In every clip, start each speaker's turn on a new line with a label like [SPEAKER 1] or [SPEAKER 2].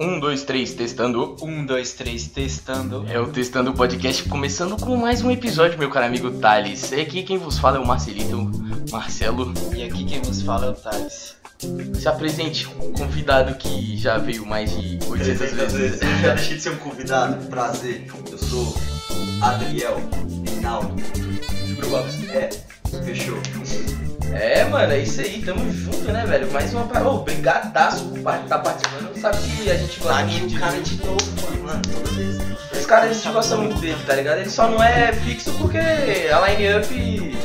[SPEAKER 1] Um, dois, três, testando.
[SPEAKER 2] Um, dois, três, testando.
[SPEAKER 1] É o Testando Podcast, começando com mais um episódio, meu caro amigo Thales. E aqui quem vos fala é o Marcelito. Marcelo,
[SPEAKER 2] E aqui quem nos fala é o Thales.
[SPEAKER 1] se apresente, um convidado que já veio mais de 800 vezes.
[SPEAKER 3] Já deixei de ser um convidado, prazer. Eu sou Adriel Rinaldo Brubaus. É, fechou.
[SPEAKER 1] É, mano, é isso aí, tamo junto, né, velho? Mais uma parada. Ô, brigadaço por par- tá participando. Eu Sabe que a gente
[SPEAKER 3] Tá
[SPEAKER 1] gosta
[SPEAKER 2] Paguei
[SPEAKER 1] muito
[SPEAKER 2] o
[SPEAKER 1] de
[SPEAKER 2] cara de novo, mano.
[SPEAKER 3] Mano, toda vez.
[SPEAKER 1] Os caras eles gostam muito dele, tá ligado? Ele só não é fixo porque a line-up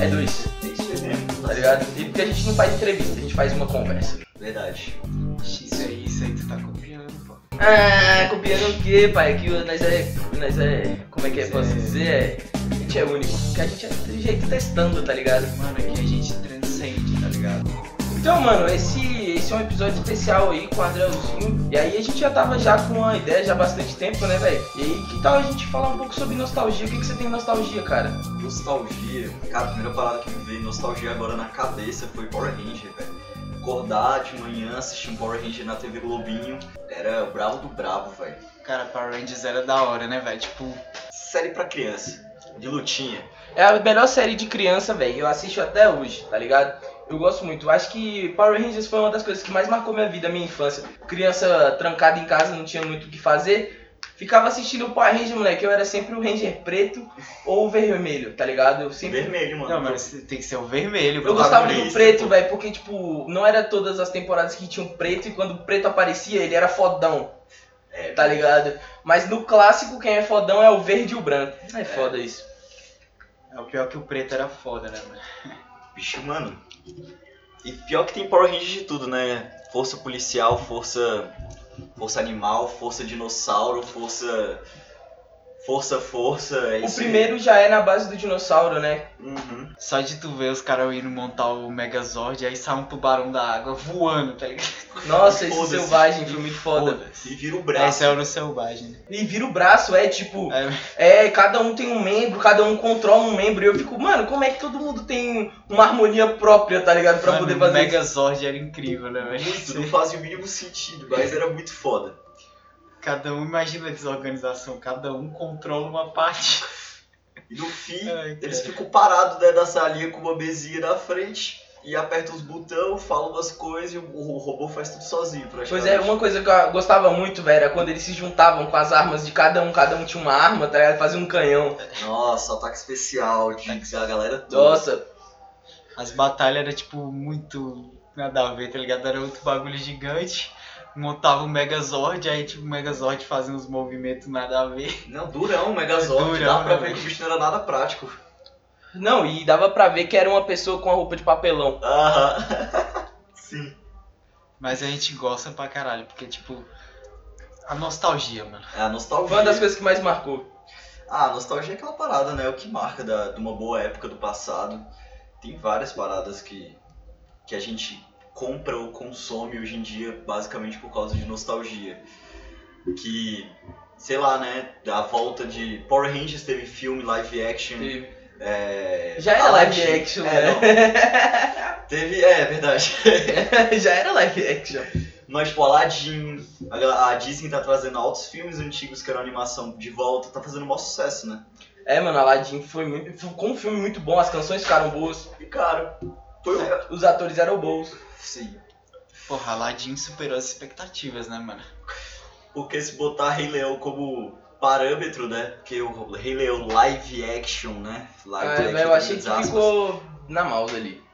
[SPEAKER 1] é dois,
[SPEAKER 3] É isso aí mesmo.
[SPEAKER 1] tá ligado? E porque a gente não faz entrevista, a gente faz uma conversa.
[SPEAKER 3] Verdade.
[SPEAKER 2] Isso aí, isso aí tu tá copiando, pô.
[SPEAKER 1] Ah, copiando o quê, pai? Que nós é. Nós é. Como é que é? Posso dizer? É, a gente é único. Porque a gente é do jeito testando, tá ligado?
[SPEAKER 2] Mano, aqui a gente transcende, tá ligado?
[SPEAKER 1] Então, mano, esse, esse é um episódio especial aí com o Adrielzinho. E aí a gente já tava já com uma ideia já há bastante tempo, né, velho? E aí, que tal a gente falar um pouco sobre nostalgia? O que, que você tem de nostalgia, cara?
[SPEAKER 3] Nostalgia. Cara, a primeira parada que me veio nostalgia agora na cabeça foi Power Ranger, velho. Acordar de manhã, assistir um Power Ranger na TV Globinho. Era o bravo do bravo, velho.
[SPEAKER 2] Cara, Power Rangers era da hora, né, velho? Tipo,
[SPEAKER 3] Série pra criança. De lutinha.
[SPEAKER 1] É a melhor série de criança, velho. Eu assisto até hoje, tá ligado? Eu gosto muito. Acho que Power Rangers foi uma das coisas que mais marcou minha vida, minha infância. Criança trancada em casa, não tinha muito o que fazer. Ficava assistindo o Power Ranger, moleque. Eu era sempre o Ranger preto ou o vermelho, tá ligado? Eu sempre
[SPEAKER 3] Vermelho, mano.
[SPEAKER 2] não, mas esse tem que ser o vermelho,
[SPEAKER 1] Eu
[SPEAKER 2] pô.
[SPEAKER 1] gostava do
[SPEAKER 3] Protagonista,
[SPEAKER 1] preto,
[SPEAKER 3] pô.
[SPEAKER 1] velho, porque, tipo, não era todas as temporadas que tinha um preto e quando o preto aparecia, ele era fodão,
[SPEAKER 3] É,
[SPEAKER 1] tá ligado? Mas no clássico, quem é fodão é o verde e o branco. É foda isso.
[SPEAKER 2] É o pior que o preto era foda, né, mano?
[SPEAKER 3] Bicho, mano. E pior que tem Power Rangers de tudo, né? Força policial, força. Força animal, força dinossauro, força. Força, força. É
[SPEAKER 1] O
[SPEAKER 3] isso aí.
[SPEAKER 1] primeiro já é na base do dinossauro, né?
[SPEAKER 3] Uhum.
[SPEAKER 2] Só de tu ver os caras indo montar o Megazord, aí sai um tubarão da água voando, tá ligado? Um
[SPEAKER 1] Nossa, esse
[SPEAKER 3] Foda-se.
[SPEAKER 1] selvagem foi muito foda.
[SPEAKER 3] E vira o
[SPEAKER 2] Aí
[SPEAKER 3] braço.
[SPEAKER 2] saiu no é selvagem, né?
[SPEAKER 1] E vira o braço, é tipo,
[SPEAKER 2] É,
[SPEAKER 1] é, cada um tem um membro, cada um controla um membro. E eu fico, mano, como é que todo mundo tem uma harmonia própria, tá ligado? Pra
[SPEAKER 2] mano,
[SPEAKER 1] poder fazer
[SPEAKER 2] O Megazord era incrível, né,
[SPEAKER 3] Isso não
[SPEAKER 2] velho?
[SPEAKER 3] fazia o mínimo sentido, mas era muito foda.
[SPEAKER 2] Cada um, imagina a desorganização, cada um controla uma parte.
[SPEAKER 3] E no fim,
[SPEAKER 1] É.
[SPEAKER 2] Ai,
[SPEAKER 3] eles
[SPEAKER 2] cara.
[SPEAKER 3] ficam parados dentro da salinha com uma mesinha na frente. E aperta os botões, fala umas coisas e o o robô faz tudo sozinho,
[SPEAKER 1] Pois
[SPEAKER 3] praticamente.
[SPEAKER 1] é, uma coisa que eu gostava muito, velho, é quando eles se juntavam com as armas de cada um, cada um tinha uma arma, tá ligado? Fazia um canhão.
[SPEAKER 3] É Nossa, ataque especial, tinha a galera toda.
[SPEAKER 1] Nossa,
[SPEAKER 2] As batalhas eram, tipo, muito nada a ver, tá ligado? Era outro bagulho gigante. Montava um Megazord, aí, tipo, o Megazord fazia uns movimentos nada a ver.
[SPEAKER 3] Não, durão, Megazord.
[SPEAKER 2] Durão,
[SPEAKER 3] Dá
[SPEAKER 2] né,
[SPEAKER 3] pra ver que o
[SPEAKER 2] velho?
[SPEAKER 3] bicho não era nada prático.
[SPEAKER 1] não, e dava pra ver que era uma pessoa com a roupa de papelão.
[SPEAKER 3] Aham. Sim.
[SPEAKER 2] Mas a gente gosta pra caralho, porque, tipo, a nostalgia, mano.
[SPEAKER 3] É, a nostalgia.
[SPEAKER 1] Foi uma das coisas que mais marcou.
[SPEAKER 3] Ah, a nostalgia é aquela parada, né? O que marca da, de uma boa época do passado. Tem várias paradas que, que a gente compra ou consome hoje em dia, basicamente por causa de nostalgia. Que, sei lá, né? A volta de. Power Rangers teve filme, live action.
[SPEAKER 1] E
[SPEAKER 3] é,
[SPEAKER 1] Já era
[SPEAKER 3] a
[SPEAKER 1] live
[SPEAKER 3] Aladdin-
[SPEAKER 1] action, né?
[SPEAKER 3] é, não. Teve. É, é verdade.
[SPEAKER 1] Já era live action.
[SPEAKER 3] Mas, tipo, Aladdin, a, a Disney tá trazendo altos filmes antigos que eram animação de volta, tá fazendo um maior sucesso, né?
[SPEAKER 1] É, mano, Aladdin foi muito. Ficou um filme muito bom, as canções ficaram boas,
[SPEAKER 3] E, cara, foi o...
[SPEAKER 1] os atores eram bons.
[SPEAKER 3] Sim,
[SPEAKER 2] Porra, Aladdin superou as expectativas, né, mano?
[SPEAKER 3] porque se botar Rei Leão como parâmetro, né? Porque o Rei Leão live action, né? Live
[SPEAKER 1] Ah,
[SPEAKER 2] é
[SPEAKER 3] action,
[SPEAKER 1] velho, eu achei
[SPEAKER 3] entre
[SPEAKER 1] que
[SPEAKER 3] aspas.
[SPEAKER 1] ficou
[SPEAKER 2] assim.
[SPEAKER 1] na mouse ali.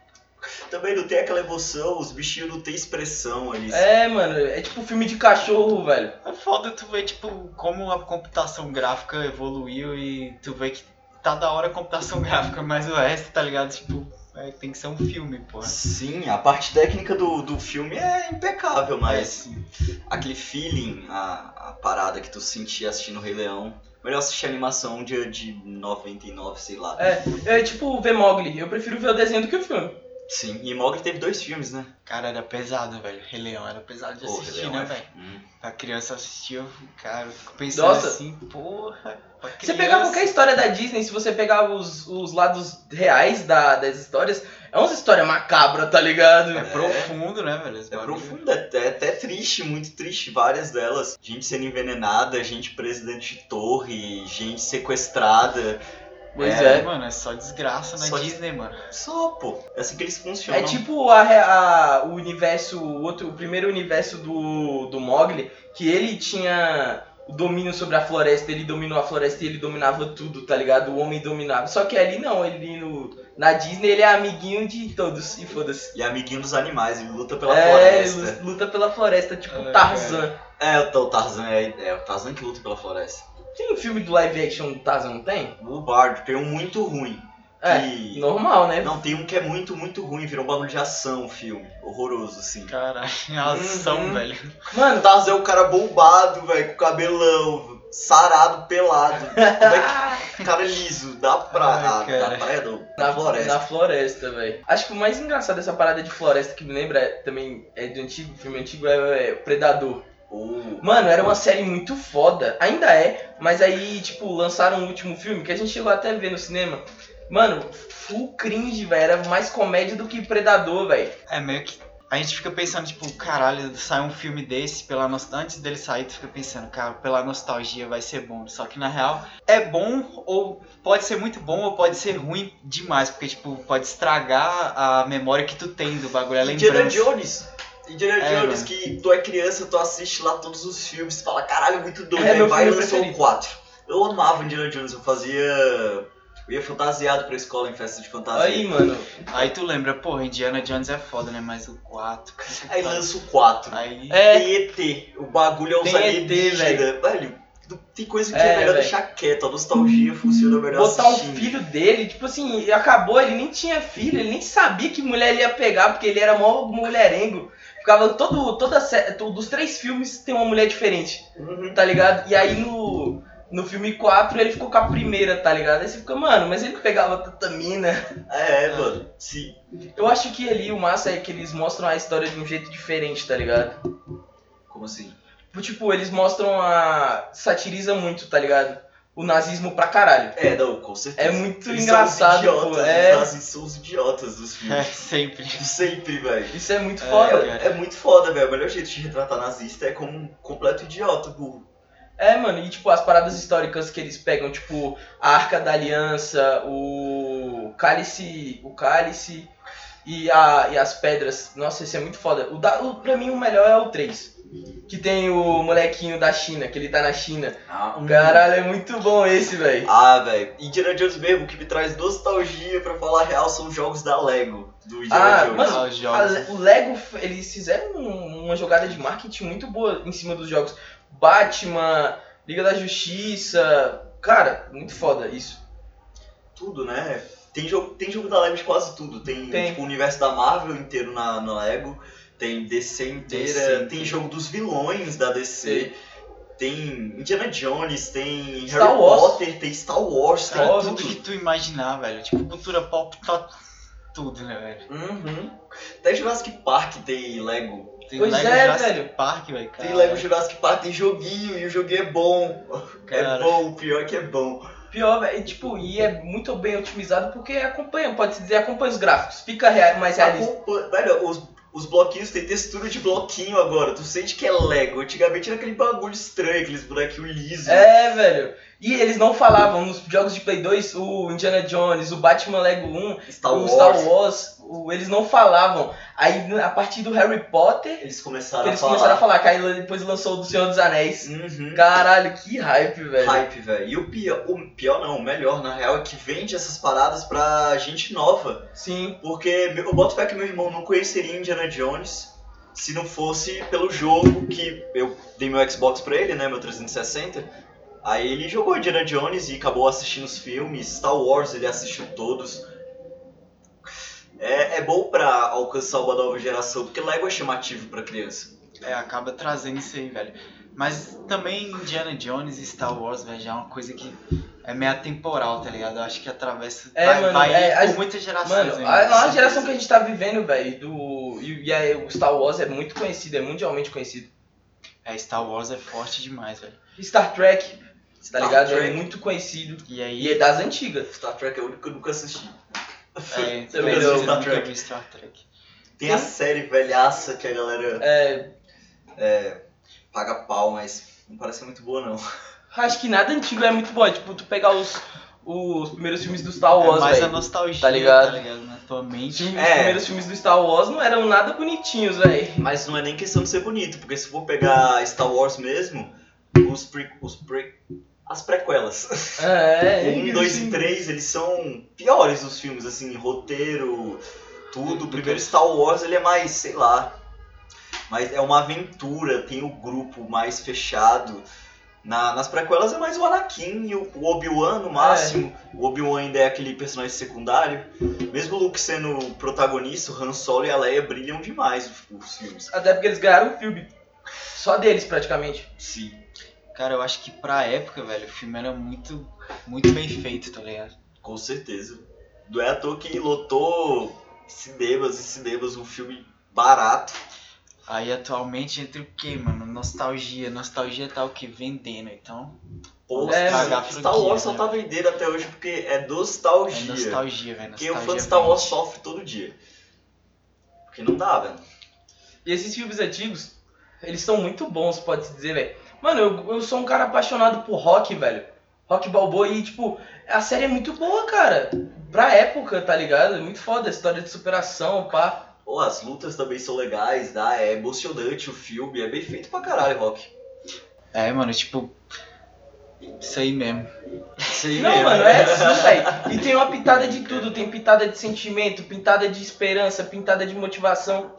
[SPEAKER 3] Também não tem aquela emoção, os bichinhos não têm expressão, eles...
[SPEAKER 1] É, mano, é tipo filme de cachorro, velho.
[SPEAKER 2] É foda tu ver, tipo, como a computação gráfica evoluiu e tu vê que tá da hora a computação gráfica, mas o resto, tá ligado? Tipo, é, tem que ser um filme, porra.
[SPEAKER 3] Sim, a parte técnica do, do filme é impecável,
[SPEAKER 2] É,
[SPEAKER 3] mas...
[SPEAKER 2] assim,
[SPEAKER 3] aquele feeling, a, a parada que tu sentia assistindo o Rei Leão. Melhor assistir animação de, de 99, sei lá.
[SPEAKER 1] É, é tipo ver Mogli. Eu prefiro ver o desenho do que o filme.
[SPEAKER 3] Sim, e Mogli teve dois filmes, né?
[SPEAKER 2] Cara, era pesado, velho. Rei Leão era pesado de
[SPEAKER 3] Pô, Rei
[SPEAKER 2] assistir,
[SPEAKER 3] Leão
[SPEAKER 2] né,
[SPEAKER 3] é-
[SPEAKER 2] velho?
[SPEAKER 3] Hum.
[SPEAKER 2] Pra criança assistir, eu, fico- cara, eu fico pensando
[SPEAKER 1] Nossa.
[SPEAKER 2] assim, porra. Pra criança...
[SPEAKER 1] Você pegar qualquer história da Disney, se você pegar os, os lados reais da- das histórias, É umas histórias macabras, tá ligado?
[SPEAKER 2] É profundo, né, velho? esse
[SPEAKER 3] É
[SPEAKER 2] bagulho.
[SPEAKER 3] profunda, é até, até triste, muito triste, várias delas. Gente sendo envenenada, gente presa dentro de torre, gente sequestrada.
[SPEAKER 1] Pois
[SPEAKER 2] É,
[SPEAKER 1] é.
[SPEAKER 2] mano, é só desgraça na
[SPEAKER 3] Só de-
[SPEAKER 2] Disney, mano.
[SPEAKER 3] Só, pô. É assim que eles funcionam.
[SPEAKER 1] É tipo a, re- a- o universo, o outro, o primeiro universo do, do Mogli, que ele tinha o domínio sobre a floresta, ele dominou a floresta e ele dominava tudo, tá ligado? O homem dominava. Só que ali não, ele no, na Disney ele é amiguinho de todos, e foda-se.
[SPEAKER 3] E é amiguinho dos animais, ele luta pela
[SPEAKER 1] é,
[SPEAKER 3] floresta.
[SPEAKER 1] lu- luta pela floresta, tipo
[SPEAKER 2] É,
[SPEAKER 1] Tarzan.
[SPEAKER 3] É, o o Tarzan é, é o Tarzan que luta pela floresta.
[SPEAKER 1] Tem um filme do live action do Tarzan, não tem?
[SPEAKER 3] O Bardo tem um muito ruim.
[SPEAKER 1] É,
[SPEAKER 3] que-
[SPEAKER 1] normal, né?
[SPEAKER 3] Não, tem um que é muito, muito ruim, virou um bagulho de ação o filme. Horroroso, assim.
[SPEAKER 2] Caralho, a ação,
[SPEAKER 1] Uhum.
[SPEAKER 2] velho.
[SPEAKER 1] Mano,
[SPEAKER 3] O Tarzan é o cara bombado, velho, com cabelão, sarado, pelado. Como é
[SPEAKER 1] Ah,
[SPEAKER 3] que cara liso, da praia.
[SPEAKER 2] Ai,
[SPEAKER 3] ah,
[SPEAKER 2] cara.
[SPEAKER 3] da praia não,
[SPEAKER 1] Na
[SPEAKER 3] da floresta.
[SPEAKER 1] Na floresta, velho. Acho que o mais engraçado dessa parada de floresta que me lembra é- também é do antigo filme antigo é, é Predador.
[SPEAKER 3] O-
[SPEAKER 1] Mano, era uma série muito foda. Ainda é, mas aí, tipo, lançaram o último filme que a gente chegou até a ver no cinema. Mano, full cringe, velho. Era mais comédia do que Predador, velho.
[SPEAKER 2] É meio que. A gente fica pensando, tipo, caralho, sai um filme desse, pela nos- antes dele sair, tu fica pensando, cara, pela nostalgia vai ser bom. Só que na real, é bom, ou pode ser muito bom, ou pode ser ruim demais, porque, tipo, pode estragar a memória que tu tem do bagulho, a
[SPEAKER 3] Indiana
[SPEAKER 2] lembrança.
[SPEAKER 3] Jones. Indiana
[SPEAKER 2] É,
[SPEAKER 3] Jones,
[SPEAKER 2] mano.
[SPEAKER 3] que tu é criança, tu assiste lá todos os filmes, fala, caralho, muito doido.
[SPEAKER 1] É,
[SPEAKER 3] Aí
[SPEAKER 1] meu
[SPEAKER 3] vai e
[SPEAKER 1] filme
[SPEAKER 3] lançou o
[SPEAKER 1] preferido.
[SPEAKER 3] 4. Eu amava Indiana Jones, eu fazia. Eu ia fantasiado pra escola em festa de fantasia.
[SPEAKER 1] Aí, mano.
[SPEAKER 2] Aí tu lembra, porra, Indiana Jones é foda, né? Mas o 4.
[SPEAKER 3] Aí lança o 4.
[SPEAKER 2] Aí.
[SPEAKER 1] É,
[SPEAKER 3] Tem ET. O bagulho é os
[SPEAKER 1] Tem ET,
[SPEAKER 3] alienígenas. Velho, não- tem coisa que é,
[SPEAKER 1] É,
[SPEAKER 3] melhor
[SPEAKER 1] velho.
[SPEAKER 3] deixar quieto. A nostalgia funciona melhor
[SPEAKER 1] botar um
[SPEAKER 3] assistindo.
[SPEAKER 1] filho dele, tipo assim, e acabou, ele nem tinha filho, ele nem sabia que mulher ele ia pegar, porque ele era mó mulherengo. Ficava todo, toda, sé- dos três filmes tem uma mulher diferente,
[SPEAKER 3] Uhum.
[SPEAKER 1] tá ligado? E aí no, no filme 4 ele ficou com a primeira, tá ligado? Aí você fica, mano, mas ele pegava tanta mina.
[SPEAKER 3] É,
[SPEAKER 2] Ah.
[SPEAKER 3] mano. Se,
[SPEAKER 1] Eu acho que ali o massa é que eles mostram a história de um jeito diferente, tá ligado?
[SPEAKER 3] como assim?
[SPEAKER 1] Tipo, eles mostram a. satiriza muito, tá ligado? O nazismo pra caralho.
[SPEAKER 3] É, não, com certeza.
[SPEAKER 1] É muito
[SPEAKER 3] Eles
[SPEAKER 1] engraçado,
[SPEAKER 3] São os idiotas, né?
[SPEAKER 1] pô,
[SPEAKER 3] Eles
[SPEAKER 1] é.
[SPEAKER 3] fazem- são os idiotas dos
[SPEAKER 2] É,
[SPEAKER 3] filmes. Tipo,
[SPEAKER 2] sempre.
[SPEAKER 3] Sempre, velho.
[SPEAKER 1] Isso é muito
[SPEAKER 2] É,
[SPEAKER 1] foda.
[SPEAKER 2] cara.
[SPEAKER 3] É, é muito foda, velho. O melhor jeito de retratar nazista é como um completo idiota, burro.
[SPEAKER 1] É, mano, e tipo, as paradas históricas que eles pegam, tipo, a Arca da Aliança, o Cálice, o Cálice e, a, e as pedras. Nossa, esse é muito foda. O da, o, pra mim, o melhor é o 3, que tem o molequinho da China, que ele tá na China.
[SPEAKER 3] Ah,
[SPEAKER 1] Caralho, é muito bom esse, velho.
[SPEAKER 3] Ah, velho. Indiana Jones mesmo, que me traz nostalgia pra falar a real, são os jogos da Lego. Do Indiana
[SPEAKER 1] Ah,
[SPEAKER 3] Jones.
[SPEAKER 1] mano,
[SPEAKER 2] Ah, os
[SPEAKER 1] A
[SPEAKER 2] jogos.
[SPEAKER 1] Le- O Lego, eles fizeram um- uma jogada de marketing muito boa em cima dos jogos. Batman, Liga da Justiça, cara, muito foda isso.
[SPEAKER 3] tudo, né? Tem jogo, tem jogo da Lego de quase tudo. Tem,
[SPEAKER 1] Tem.
[SPEAKER 3] tipo, o universo da Marvel inteiro na, na Lego, tem DC inteira,
[SPEAKER 2] DC
[SPEAKER 3] tem
[SPEAKER 2] inteiro.
[SPEAKER 3] jogo dos vilões da DC, tem Indiana Jones, tem
[SPEAKER 1] Star
[SPEAKER 3] Harry
[SPEAKER 1] Wars.
[SPEAKER 3] Potter, tem Star Wars, tem
[SPEAKER 2] Tem
[SPEAKER 1] Óbvio.
[SPEAKER 2] tudo que tu imaginar, velho. Tipo, cultura pop tá tudo, né, velho?
[SPEAKER 1] Uhum.
[SPEAKER 3] até Jurassic Park tem Lego.
[SPEAKER 2] Tem
[SPEAKER 1] Pois
[SPEAKER 2] Lego
[SPEAKER 1] é,
[SPEAKER 2] Jurassic
[SPEAKER 1] velho.
[SPEAKER 2] Park, velho.
[SPEAKER 3] Tem
[SPEAKER 2] cara.
[SPEAKER 3] Lego Jurassic Park, tem joguinho, e o joguinho é bom. É
[SPEAKER 2] Cara.
[SPEAKER 3] bom, pior que é bom.
[SPEAKER 1] Pior, velho, tipo, e é muito bem otimizado porque acompanha, pode-se dizer, acompanha os gráficos, fica rea- mais realista.
[SPEAKER 3] Acompa- Velho, os, os bloquinhos tem textura de bloquinho agora. Tu sente que é Lego. Antigamente era aquele bagulho estranho, aqueles bonequinhos lisos.
[SPEAKER 1] É, velho. E eles não falavam nos jogos de Play 2, o Indiana Jones, o Batman Lego 1,
[SPEAKER 3] Star
[SPEAKER 1] o
[SPEAKER 3] Wars.
[SPEAKER 1] Star Wars, o- eles não falavam. Aí, a partir do Harry Potter,
[SPEAKER 3] Eles começaram
[SPEAKER 1] eles
[SPEAKER 3] a falar.
[SPEAKER 1] começaram a falar, que aí depois lançou o do Senhor dos Anéis.
[SPEAKER 3] Uhum.
[SPEAKER 1] Caralho, que hype, velho.
[SPEAKER 3] Hype, velho. E o pior, o pior não, o melhor na real é que vende essas paradas pra gente nova.
[SPEAKER 1] Sim,
[SPEAKER 3] Porque meu- eu boto fé que meu irmão não conheceria Indiana Jones se não fosse pelo jogo que eu dei meu Xbox pra ele, né, meu 360. Aí ele jogou Indiana Jones e acabou assistindo os filmes. Star Wars ele assistiu todos. É, é bom pra alcançar uma nova geração, porque Lego é chamativo pra criança.
[SPEAKER 2] É, acaba trazendo isso aí, velho. Mas também Indiana Jones e Star Wars, velho, já é uma coisa que é meio atemporal, tá ligado? Eu acho que atravessa.
[SPEAKER 1] É,
[SPEAKER 2] vai
[SPEAKER 1] mano,
[SPEAKER 2] vai
[SPEAKER 1] é,
[SPEAKER 2] por
[SPEAKER 1] as-
[SPEAKER 2] muitas gerações.
[SPEAKER 1] mano,
[SPEAKER 2] ainda.
[SPEAKER 1] a, a geração que a gente tá vivendo, velho, do. E, e aí, o Star Wars é muito conhecido, é mundialmente conhecido.
[SPEAKER 2] É, Star Wars é forte demais, velho.
[SPEAKER 1] Star Trek, tá
[SPEAKER 3] Star
[SPEAKER 1] ligado?
[SPEAKER 3] Trek.
[SPEAKER 1] É muito conhecido.
[SPEAKER 2] E
[SPEAKER 1] E
[SPEAKER 2] aí.
[SPEAKER 1] é das antigas.
[SPEAKER 3] Star Trek é o único que eu nunca assisti.
[SPEAKER 2] É,
[SPEAKER 1] Também né,
[SPEAKER 2] mas
[SPEAKER 1] não.
[SPEAKER 2] eu
[SPEAKER 3] Star
[SPEAKER 2] nunca
[SPEAKER 3] Trek.
[SPEAKER 2] vi Star Trek.
[SPEAKER 3] Tem a série velhaça que a galera
[SPEAKER 1] É,
[SPEAKER 3] paga pau, mas não parece muito boa, não.
[SPEAKER 1] acho que nada antigo é muito bom. Tipo, tu pegar os, os primeiros filmes do Star
[SPEAKER 2] é
[SPEAKER 1] Wars,
[SPEAKER 2] mais a
[SPEAKER 1] velho.
[SPEAKER 2] nostalgia,
[SPEAKER 1] tá ligado?
[SPEAKER 2] Na tua
[SPEAKER 1] Os
[SPEAKER 2] mente.
[SPEAKER 1] filmes-
[SPEAKER 3] É.
[SPEAKER 1] Os primeiros filmes do Star Wars não eram nada bonitinhos, velho.
[SPEAKER 3] Mas não é nem questão de ser bonito, porque se for pegar Star Wars mesmo, os pre... Os pre as prequelas.
[SPEAKER 1] É,
[SPEAKER 3] um, dois e três, eles são piores os filmes, assim, roteiro, tudo. O primeiro Star Wars, ele é mais, sei lá, mas é uma aventura, tem o grupo mais fechado. Na- nas prequelas é mais o Anakin e o, o Obi-Wan no máximo. O Obi-Wan ainda é aquele personagem secundário. Mesmo o Luke sendo o protagonista, o Han Solo e a Leia brilham demais os, os filmes.
[SPEAKER 1] Até porque eles ganharam o filme. Só deles, praticamente.
[SPEAKER 3] Sim.
[SPEAKER 2] Cara, eu acho que pra época, velho, o filme era muito, muito bem feito, tá ligado?
[SPEAKER 3] Com certeza. Não é à toa que lotou cinemas e cinemas um filme barato.
[SPEAKER 2] Aí atualmente entra o quê, mano? Nostalgia. Nostalgia tá o quê? Vendendo, então.
[SPEAKER 3] Pô,
[SPEAKER 1] É,
[SPEAKER 3] cara,
[SPEAKER 2] mas-
[SPEAKER 3] Star Wars só
[SPEAKER 2] né?
[SPEAKER 3] tá vendendo até hoje porque é
[SPEAKER 2] É
[SPEAKER 3] nostalgia.
[SPEAKER 2] nostalgia, velho.
[SPEAKER 3] Porque o
[SPEAKER 2] nostalgia
[SPEAKER 3] fã de Star Wars
[SPEAKER 2] vende.
[SPEAKER 3] sofre todo dia. Porque não dá, velho.
[SPEAKER 1] E esses filmes antigos, eles são muito bons, pode-se dizer, velho. Mano, eu, eu sou um cara apaixonado por rock, velho. Rock Balboa e, tipo, a série é muito boa, cara. Pra época, tá ligado? É muito foda a história de superação, pá.
[SPEAKER 3] Pô, as lutas também são legais, dá, é emocionante o filme, é bem feito pra caralho, Rock.
[SPEAKER 2] É, mano, tipo. Isso aí mesmo.
[SPEAKER 3] Isso aí
[SPEAKER 1] Não,
[SPEAKER 3] mesmo. né?
[SPEAKER 1] mano, é assim, velho. E tem uma pitada de tudo. Tem pitada de sentimento, pitada de esperança, pitada de motivação.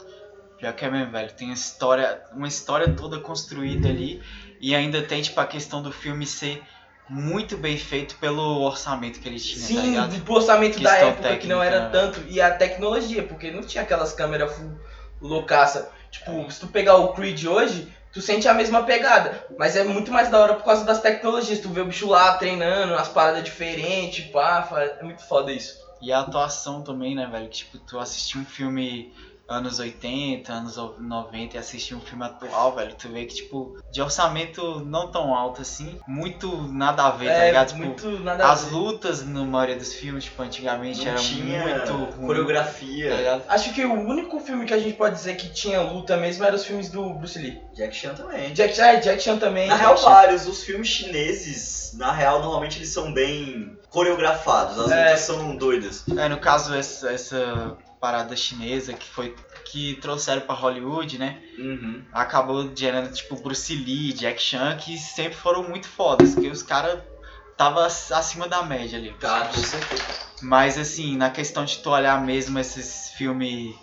[SPEAKER 2] Pior que é mesmo, velho. Tem a história, uma história toda construída ali. E ainda tem, tipo, a questão do filme ser muito bem feito pelo orçamento que ele tinha, tá
[SPEAKER 1] Sim,
[SPEAKER 2] ligado?
[SPEAKER 1] do orçamento da
[SPEAKER 2] Questão
[SPEAKER 1] época que não
[SPEAKER 2] técnica,
[SPEAKER 1] era
[SPEAKER 2] né?
[SPEAKER 1] tanto. E a tecnologia, porque não tinha aquelas câmeras full loucaça.
[SPEAKER 2] É.
[SPEAKER 1] Tipo, se tu pegar o Creed hoje, tu sente a mesma pegada. Mas é muito mais da hora por causa das tecnologias. Tu vê o bicho lá treinando, as paradas diferentes, pá. fa- É muito foda isso.
[SPEAKER 2] E a atuação também, né, velho? Que, tipo, tu assistir um filme anos 80, anos o- 90 e assistir um filme atual, velho, tu vê que, tipo, de orçamento não tão alto assim, muito nada a ver, tá
[SPEAKER 1] É,
[SPEAKER 2] ligado? Tipo,
[SPEAKER 1] muito nada a
[SPEAKER 2] as
[SPEAKER 1] ver.
[SPEAKER 2] lutas na maioria dos filmes, tipo, antigamente
[SPEAKER 3] Não
[SPEAKER 2] era
[SPEAKER 3] tinha
[SPEAKER 2] muito ruim, tá
[SPEAKER 3] coreografia.
[SPEAKER 2] ligado?
[SPEAKER 1] Acho que o único filme que a gente pode dizer que tinha luta mesmo era os filmes do Bruce Lee.
[SPEAKER 3] Jack Chan também.
[SPEAKER 1] Jack Chan, é Jack Chan também.
[SPEAKER 3] Na real, vários. Os filmes chineses, na real, normalmente eles são bem coreografados. As
[SPEAKER 1] É.
[SPEAKER 3] lutas são doidas.
[SPEAKER 2] É, no caso, essa, essa parada chinesa que foi que trouxeram pra Hollywood, né?
[SPEAKER 3] Uhum.
[SPEAKER 2] Acabou gerando, tipo, Bruce Lee, Jack Chan, que sempre foram muito fodas, porque os caras tava acima da média ali.
[SPEAKER 3] Tá, com certeza.
[SPEAKER 2] Mas assim, na questão de tu olhar mesmo esses filmes.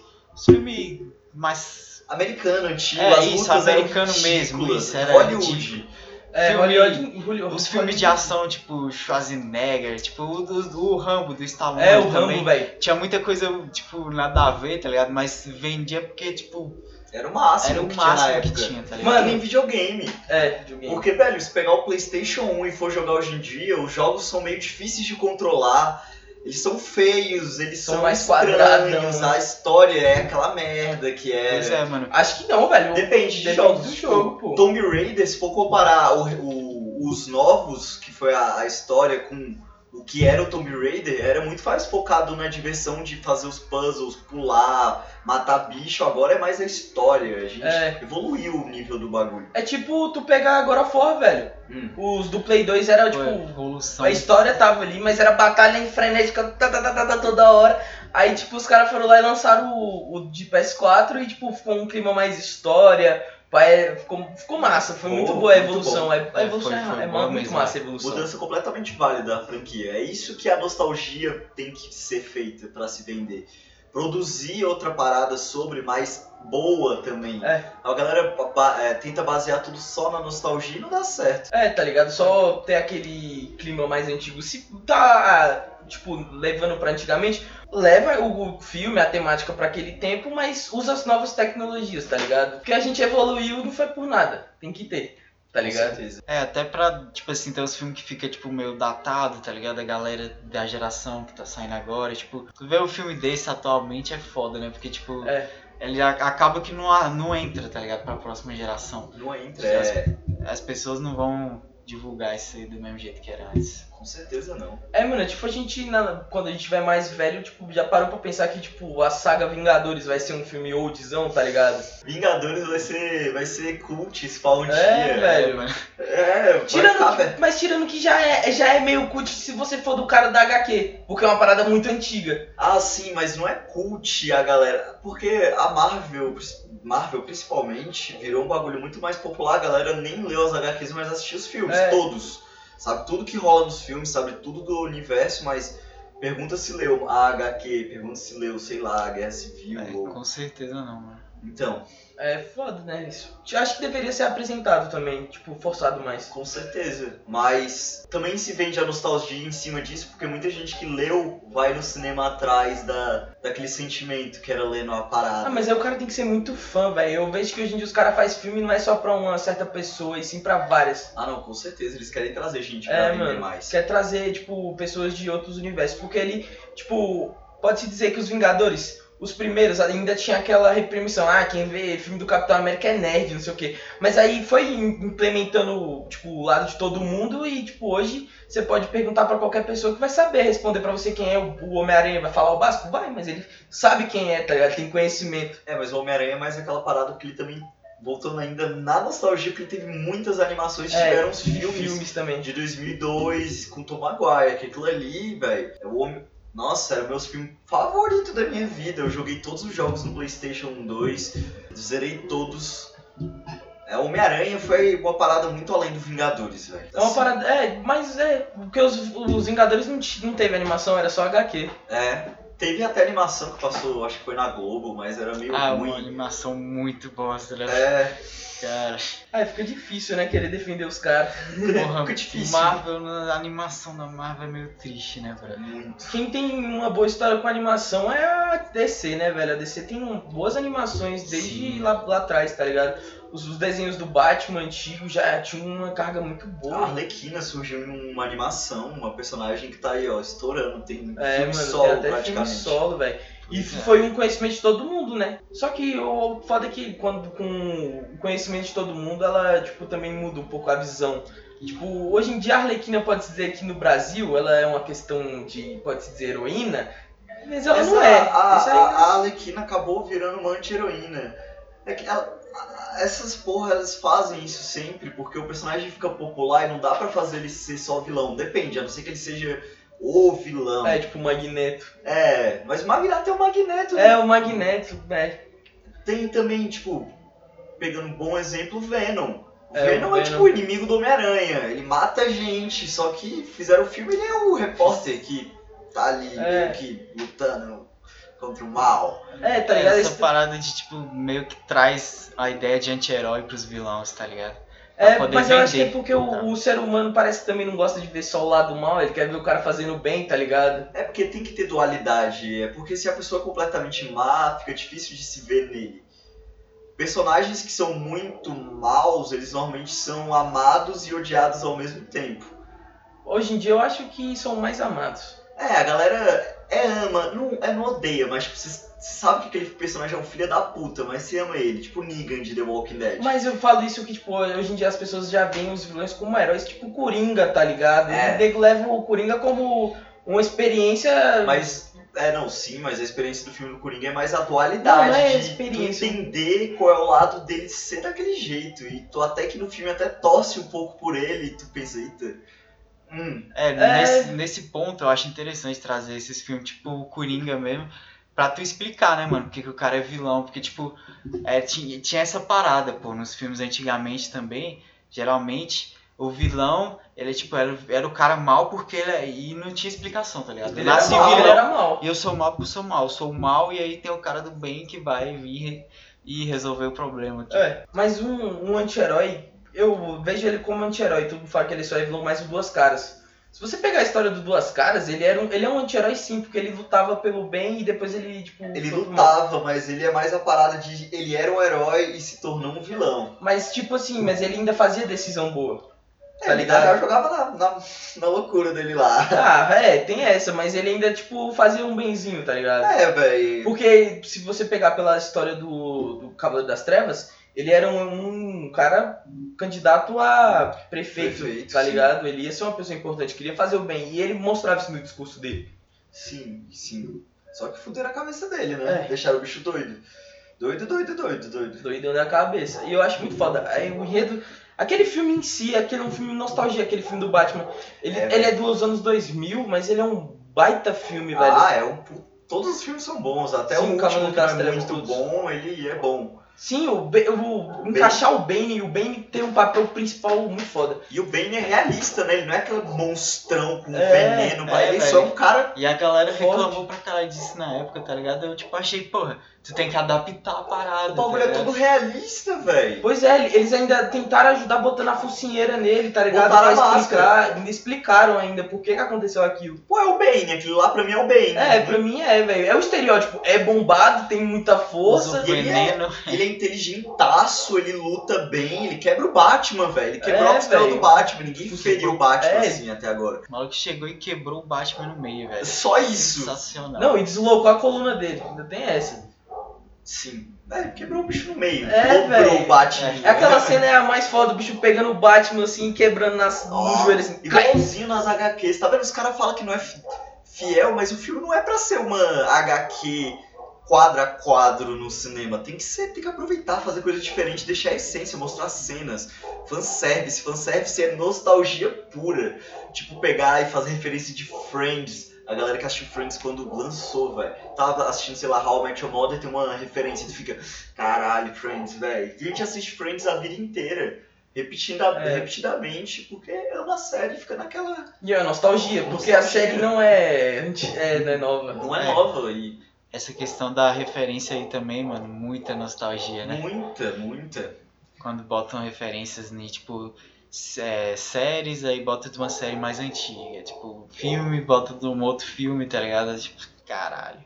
[SPEAKER 2] Filme mais.
[SPEAKER 3] Americano, antigo,
[SPEAKER 2] É
[SPEAKER 3] as
[SPEAKER 2] isso,
[SPEAKER 3] lutas eram
[SPEAKER 2] americano mesmo,
[SPEAKER 3] ridículas.
[SPEAKER 2] isso era
[SPEAKER 3] Hollywood.
[SPEAKER 2] ridículo.
[SPEAKER 1] É,
[SPEAKER 2] filme-
[SPEAKER 1] Hollywood, Hollywood-
[SPEAKER 2] Os filmes de ação, tipo Schwarzenegger, tipo o do, do Rambo, do Stallone
[SPEAKER 1] É, o
[SPEAKER 2] também.
[SPEAKER 1] Rambo, velho.
[SPEAKER 2] Tinha muita coisa, tipo, nada a ver, tá ligado? Mas vendia porque, tipo,
[SPEAKER 3] Era o máximo
[SPEAKER 2] era o
[SPEAKER 3] Assim, que
[SPEAKER 2] máximo
[SPEAKER 3] tinha na
[SPEAKER 2] que
[SPEAKER 3] época.
[SPEAKER 2] tinha, tá ligado?
[SPEAKER 3] Mano, nem videogame.
[SPEAKER 1] É, videogame.
[SPEAKER 3] Porque, velho, se pegar o PlayStation 1 e for jogar hoje em dia, os jogos são meio difíceis de controlar. Eles são feios, eles
[SPEAKER 1] São
[SPEAKER 3] são,
[SPEAKER 1] mais
[SPEAKER 3] estranhos.
[SPEAKER 1] quadradão.
[SPEAKER 3] A história é aquela merda que
[SPEAKER 2] né?
[SPEAKER 3] né?
[SPEAKER 2] Pois
[SPEAKER 3] era.
[SPEAKER 2] é, mano.
[SPEAKER 1] Acho que não, velho.
[SPEAKER 3] Depende de
[SPEAKER 1] Depende
[SPEAKER 3] jogos.
[SPEAKER 1] do
[SPEAKER 3] tipo,
[SPEAKER 1] jogo, pô.
[SPEAKER 3] Tomb Raider, se for comparar o- o- os novos, que foi a, a história, com o que era o Tomb Raider, era muito mais focado na diversão de fazer os puzzles, pular, matar bicho. Agora é mais a história. A gente
[SPEAKER 1] É.
[SPEAKER 3] evoluiu o nível do bagulho.
[SPEAKER 1] É tipo tu pegar agora for, velho.
[SPEAKER 3] Hum.
[SPEAKER 1] Os do Play 2
[SPEAKER 3] é,
[SPEAKER 1] era
[SPEAKER 2] Foi
[SPEAKER 1] tipo.
[SPEAKER 2] evolução.
[SPEAKER 1] A história tava ali, mas era batalha em frenética tá, tá, tá, tá, tá, toda hora. Aí, tipo, os caras foram lá e lançaram o, o de PS4 e, tipo, ficou um clima mais história. pá, é, ficou, ficou massa, foi
[SPEAKER 3] Pô,
[SPEAKER 1] muito boa a
[SPEAKER 3] muito
[SPEAKER 1] evolução.
[SPEAKER 3] bom.
[SPEAKER 1] É, a
[SPEAKER 2] É,
[SPEAKER 1] evolução
[SPEAKER 2] foi-
[SPEAKER 1] é-
[SPEAKER 2] foi
[SPEAKER 1] é,
[SPEAKER 2] boa
[SPEAKER 1] muito
[SPEAKER 2] mesmo,
[SPEAKER 1] massa a evolução.
[SPEAKER 3] Mudança completamente válida da franquia. É isso que a nostalgia tem que ser feita pra se vender. Produzir outra parada sobre, mas boa também.
[SPEAKER 1] É.
[SPEAKER 3] A galera ba- ba- é, tenta basear tudo só na nostalgia e não dá certo.
[SPEAKER 1] É, tá ligado? Só ter aquele clima mais antigo. Se tá, tipo, levando pra antigamente, leva o filme, a temática pra aquele tempo, mas usa as novas tecnologias, tá ligado? Porque a gente evoluiu não foi por nada. Tem que ter, tá
[SPEAKER 3] Com
[SPEAKER 1] ligado?
[SPEAKER 3] certeza.
[SPEAKER 2] É, até pra, tipo assim, tem os filmes que fica, tipo, meio datado, tá ligado? A galera da geração que tá saindo agora, tipo, tu vê um filme desse atualmente é foda, né? Porque, tipo,
[SPEAKER 1] É.
[SPEAKER 2] ele a- acaba que não, a- não entra, tá ligado? Pra próxima geração.
[SPEAKER 3] Não entra. É,
[SPEAKER 2] As pessoas não vão divulgar isso aí do mesmo jeito que era antes.
[SPEAKER 3] Com certeza não.
[SPEAKER 1] É, mano, tipo, a gente, na- quando a gente tiver mais velho, tipo, já parou pra pensar que, tipo, a saga Vingadores vai ser um filme oldzão, tá ligado?
[SPEAKER 3] Vingadores vai ser, vai ser cult, spawn dia.
[SPEAKER 1] É, velho.
[SPEAKER 2] mano.
[SPEAKER 3] É, vai
[SPEAKER 1] Tirando
[SPEAKER 3] tá,
[SPEAKER 1] que-
[SPEAKER 3] velho.
[SPEAKER 1] mas tirando que já é, já é meio cult se você for do cara da HQ, porque é uma parada muito antiga.
[SPEAKER 3] Ah, sim, mas não é cult a galera. Porque a Marvel, Marvel principalmente, virou um bagulho muito mais popular. A galera nem leu as HQs, mas assistiu os filmes,
[SPEAKER 1] É.
[SPEAKER 3] todos. Sabe tudo que rola nos filmes, sabe tudo do universo, mas pergunta se leu a HQ, pergunta se leu, sei lá, a Guerra Civil.
[SPEAKER 2] É,
[SPEAKER 3] ou-
[SPEAKER 2] com certeza não, mano.
[SPEAKER 3] Então,
[SPEAKER 1] É foda, né, isso. Eu acho que deveria ser apresentado também, tipo, forçado mais.
[SPEAKER 3] com certeza. Mas também se vende a nostalgia em cima disso, porque muita gente que leu vai no cinema atrás da, daquele sentimento que era lendo a parada.
[SPEAKER 1] Ah, mas aí o cara tem que ser muito fã, velho. Eu vejo que hoje em dia os caras fazem filme não é só pra uma certa pessoa, e sim pra várias.
[SPEAKER 3] Ah, não, com certeza, eles querem trazer gente pra
[SPEAKER 1] É,
[SPEAKER 3] vender
[SPEAKER 1] mano.
[SPEAKER 3] mais.
[SPEAKER 1] Quer trazer, tipo, pessoas de outros universos. Porque ele, tipo, pode-se dizer que os Vingadores, os primeiros, ainda tinha aquela reprimição. Ah, quem vê filme do Capitão América é nerd, não sei o quê. Mas aí foi im- implementando, tipo, o lado de todo mundo. E, tipo, hoje você pode perguntar pra qualquer pessoa que vai saber responder pra você quem é o o Homem-Aranha. Vai falar o básico? Vai, mas ele sabe quem é, tá ligado? Tem conhecimento.
[SPEAKER 3] É, mas o Homem-Aranha é mais aquela parada que ele também, voltando ainda na nostalgia, porque ele teve muitas animações,
[SPEAKER 1] É,
[SPEAKER 3] tiveram uns
[SPEAKER 1] de
[SPEAKER 3] filmes
[SPEAKER 1] filmes também.
[SPEAKER 3] de 2002 com Tom Maguire, que aquilo ali, velho, é o homem... Nossa, era o meu filme favorito da minha vida. Eu joguei todos os jogos no PlayStation 2, zerei todos. É, o Homem-Aranha foi uma parada muito além do Vingadores, velho.
[SPEAKER 1] É uma
[SPEAKER 3] Assim,
[SPEAKER 1] parada. É, mas é. Porque os, os Vingadores não, ti- não teve animação, era só HQ.
[SPEAKER 3] É. Teve até animação que passou, acho que foi na Globo, mas era meio
[SPEAKER 2] Ah, uma
[SPEAKER 3] ruim.
[SPEAKER 2] animação muito bosta, né?
[SPEAKER 3] É,
[SPEAKER 2] Cara,
[SPEAKER 1] Aí fica difícil, né? Querer defender os caras.
[SPEAKER 2] porra,
[SPEAKER 3] Fica difícil.
[SPEAKER 2] Marvel, na- a animação da Marvel é meio triste, né, velho?
[SPEAKER 3] Muito.
[SPEAKER 1] Quem tem uma boa história com animação é a DC, né, velho? A DC tem um- boas animações desde
[SPEAKER 2] Sim.
[SPEAKER 1] lá, lá atrás, tá ligado? Os, os desenhos do Batman antigo já tinham uma carga muito
[SPEAKER 3] A
[SPEAKER 1] boa.
[SPEAKER 3] Arlequina surgiu em uma animação, uma personagem que tá aí, ó, estourando. Tem
[SPEAKER 1] é, mano,
[SPEAKER 3] filme solo,
[SPEAKER 1] tem até filme
[SPEAKER 3] praticamente.
[SPEAKER 1] solo, velho. E
[SPEAKER 2] Pois é.
[SPEAKER 1] foi um conhecimento de todo mundo, né? Só que o foda é que quando com o conhecimento de todo mundo, ela, tipo, também muda um pouco a visão. Tipo, hoje em dia a Arlequina pode-se dizer que no Brasil ela é uma questão de, pode-se dizer, heroína, mas ela
[SPEAKER 3] Mas
[SPEAKER 1] não
[SPEAKER 3] a,
[SPEAKER 1] é.
[SPEAKER 3] a-
[SPEAKER 1] Isso aí-
[SPEAKER 3] a- a Arlequina acabou virando uma anti-heroína. É que ela- a- essas porra, elas fazem isso sempre porque o personagem fica popular e não dá pra fazer ele ser só vilão. Depende, a não ser que ele seja o vilão.
[SPEAKER 1] É,
[SPEAKER 3] É,
[SPEAKER 1] tipo, o Magneto.
[SPEAKER 3] mas Magneto é o Magneto, né?
[SPEAKER 1] É, o Magneto, né?
[SPEAKER 3] Tem também, tipo, pegando um bom exemplo, Venom. O
[SPEAKER 1] É, o
[SPEAKER 3] Venom é
[SPEAKER 1] Venom.
[SPEAKER 3] tipo o inimigo do Homem-Aranha. Ele mata gente, só que fizeram o filme, ele é o repórter que tá ali
[SPEAKER 1] É.
[SPEAKER 3] meio que lutando contra o mal.
[SPEAKER 1] É, tá ligado?
[SPEAKER 2] Essa
[SPEAKER 1] Esse-
[SPEAKER 2] parada de, tipo, meio que traz a ideia de anti-herói pros vilões, tá ligado? pra
[SPEAKER 1] É,
[SPEAKER 2] poder
[SPEAKER 1] mas eu acho que é
[SPEAKER 2] vender.
[SPEAKER 1] porque o, o ser humano parece que também não gosta de ver só o lado mal, ele quer ver o cara fazendo bem, tá ligado?
[SPEAKER 3] É porque tem que ter dualidade. É porque se a pessoa é completamente má, fica difícil de se ver nele. Personagens que são muito maus, eles normalmente são amados e odiados ao mesmo tempo.
[SPEAKER 1] Hoje em dia eu acho que são mais amados.
[SPEAKER 3] É, a galera é ama, não, é, não odeia, mas tipo, você sabe que aquele personagem é um filho da puta, mas você ama ele, tipo o Negan de The Walking Dead.
[SPEAKER 1] Mas eu falo isso que, tipo, hoje em dia as pessoas já veem os vilões como heróis, tipo o Coringa, tá ligado?
[SPEAKER 3] É.
[SPEAKER 1] O nego leva o Coringa como uma experiência
[SPEAKER 3] Mas, é, não, sim, mas a experiência do filme do Coringa é mais a dualidade.
[SPEAKER 1] Não, é
[SPEAKER 3] de
[SPEAKER 1] experiência.
[SPEAKER 3] Tu entender qual é o lado dele ser daquele jeito. E tu até que no filme até torce um pouco por ele, e tu pensa, eita. Hum,
[SPEAKER 2] É,
[SPEAKER 1] É.
[SPEAKER 2] Nesse, nesse ponto eu acho interessante trazer esses filmes, tipo o Coringa mesmo, pra tu explicar, né, mano, porque que o cara é vilão, porque, tipo, é, tinha, tinha essa parada, pô, nos filmes antigamente também, geralmente, o vilão, ele, tipo, era, era o cara mal porque ele é- e não tinha explicação, tá ligado?
[SPEAKER 1] Ele
[SPEAKER 2] Ele nasce
[SPEAKER 1] era mal, ele
[SPEAKER 2] vilão,
[SPEAKER 1] era mal.
[SPEAKER 2] e eu sou mal porque eu sou mal, eu sou mal e aí tem o cara do bem que vai vir e resolver o problema aqui.
[SPEAKER 1] É, mas um, um anti-herói, eu vejo ele como anti-herói. Todo mundo fala que ele só é vilão mais o Duas Caras. Se você pegar a história do Duas Caras, ele, era um, ele é um anti-herói sim, porque ele lutava pelo bem e depois ele, tipo...
[SPEAKER 3] ele
[SPEAKER 1] foi pro mal.
[SPEAKER 3] lutava, mas ele é mais a parada de ele era um herói e se tornou um vilão.
[SPEAKER 1] Mas, tipo assim, mas ele ainda fazia decisão boa. Tá
[SPEAKER 3] É, ele na
[SPEAKER 1] ligado?
[SPEAKER 3] real jogava na, na, na loucura dele lá.
[SPEAKER 1] Ah, é, tem essa, mas ele ainda, tipo, fazia um benzinho, tá ligado?
[SPEAKER 3] É, velho.
[SPEAKER 1] Porque se você pegar pela história do, do Cavaleiro das Trevas, Ele era um, um cara candidato a prefeito,
[SPEAKER 3] Prefeito,
[SPEAKER 1] tá
[SPEAKER 3] sim.
[SPEAKER 1] ligado? Ele ia ser uma pessoa importante, queria fazer o bem. E ele mostrava isso no discurso dele.
[SPEAKER 3] Sim, sim. Só que fuderam a cabeça dele, né?
[SPEAKER 1] É.
[SPEAKER 3] Deixaram o bicho doido. Doido, doido, doido, doido.
[SPEAKER 1] Doidão da cabeça. E eu acho muito foda. Aí o enredo. Aquele filme em si, aquele é um filme nostalgia, aquele filme do Batman. Ele
[SPEAKER 3] É,
[SPEAKER 1] é, ele é dos anos 2000, mas ele é um baita filme, velho.
[SPEAKER 3] Ah, é um. pu- Todos os filmes são bons, até
[SPEAKER 1] Sim,
[SPEAKER 3] o
[SPEAKER 1] Cavaleiro
[SPEAKER 3] último que
[SPEAKER 1] das
[SPEAKER 3] é
[SPEAKER 1] Trevas, um
[SPEAKER 3] muito
[SPEAKER 1] todos.
[SPEAKER 3] bom, ele é bom.
[SPEAKER 1] Sim, o, Ba- o- encaixar o Bane e o Bane tem um papel principal muito foda.
[SPEAKER 3] E o Bane é realista, né? Ele não é aquele monstrão com
[SPEAKER 1] É,
[SPEAKER 3] veneno,
[SPEAKER 2] é,
[SPEAKER 3] mas ele só é
[SPEAKER 2] velho.
[SPEAKER 3] um cara.
[SPEAKER 2] E a galera
[SPEAKER 1] Forte.
[SPEAKER 2] reclamou pra caralho disso na época, tá ligado? Eu tipo achei, porra, tu tem que adaptar a parada.
[SPEAKER 3] O bagulho
[SPEAKER 2] tá
[SPEAKER 3] é
[SPEAKER 2] ligado?
[SPEAKER 3] todo realista, velho.
[SPEAKER 1] Pois é, eles ainda tentaram ajudar botando a focinheira nele, tá ligado?
[SPEAKER 3] Botaram a
[SPEAKER 1] pra
[SPEAKER 3] máscara.
[SPEAKER 1] explicar. Me explicaram ainda por que, que aconteceu aquilo.
[SPEAKER 3] Pô, é o Bane, aquilo lá pra mim é o Bane.
[SPEAKER 1] É, pra mim é, velho. É o estereótipo. É bombado, tem muita
[SPEAKER 2] Usa
[SPEAKER 1] força. tá
[SPEAKER 2] o
[SPEAKER 3] e ele é-
[SPEAKER 2] veneno.
[SPEAKER 3] Ele é inteligentaço, ele luta bem, ele quebra o Batman, velho. Ele quebrou
[SPEAKER 1] É,
[SPEAKER 3] o obstáculo
[SPEAKER 1] velho.
[SPEAKER 3] do Batman, ninguém feriu o Batman
[SPEAKER 1] É.
[SPEAKER 3] assim até agora. É
[SPEAKER 2] O maluco chegou e quebrou o Batman no meio, velho.
[SPEAKER 3] Só isso.
[SPEAKER 2] Sensacional.
[SPEAKER 1] Não, e deslocou a coluna dele. Ainda tem essa.
[SPEAKER 3] Sim. É, ele quebrou o bicho no meio.
[SPEAKER 1] É,
[SPEAKER 3] dobrou
[SPEAKER 1] velho.
[SPEAKER 3] o Batman.
[SPEAKER 1] É aquela cena é a mais foda, o bicho pegando o Batman assim, quebrando nas, no
[SPEAKER 3] Ó,
[SPEAKER 1] joelho assim. Cai.
[SPEAKER 3] Igualzinho nas HQs, tá vendo? Os caras falam que não é fi- fiel, mas o filme não é pra ser uma HQ quadro a quadro no cinema. Tem que ser, tem que aproveitar, fazer coisa diferente, deixar a essência, mostrar cenas. Fanservice, fanservice é nostalgia pura. Tipo, pegar e fazer referência de Friends. A galera que assistiu Friends quando lançou, velho. Tava assistindo, sei lá, How I Met Your Mother, tem uma referência e tu fica, caralho, Friends, velho. A gente assiste Friends a vida inteira. Repetindo a-
[SPEAKER 1] É.
[SPEAKER 3] repetidamente, porque é uma série, fica naquela
[SPEAKER 1] E é nostalgia, porque a série não é, anti- é, não é nova.
[SPEAKER 3] Não é,
[SPEAKER 2] É.
[SPEAKER 3] nova e
[SPEAKER 2] Essa questão da referência aí também, mano, muita
[SPEAKER 1] É,
[SPEAKER 2] nostalgia, né?
[SPEAKER 3] muita, muita.
[SPEAKER 2] Quando botam referências em, tipo, s- é, séries, aí bota de uma série mais antiga. Tipo, filme, bota de um outro filme, tá ligado? Tipo, caralho.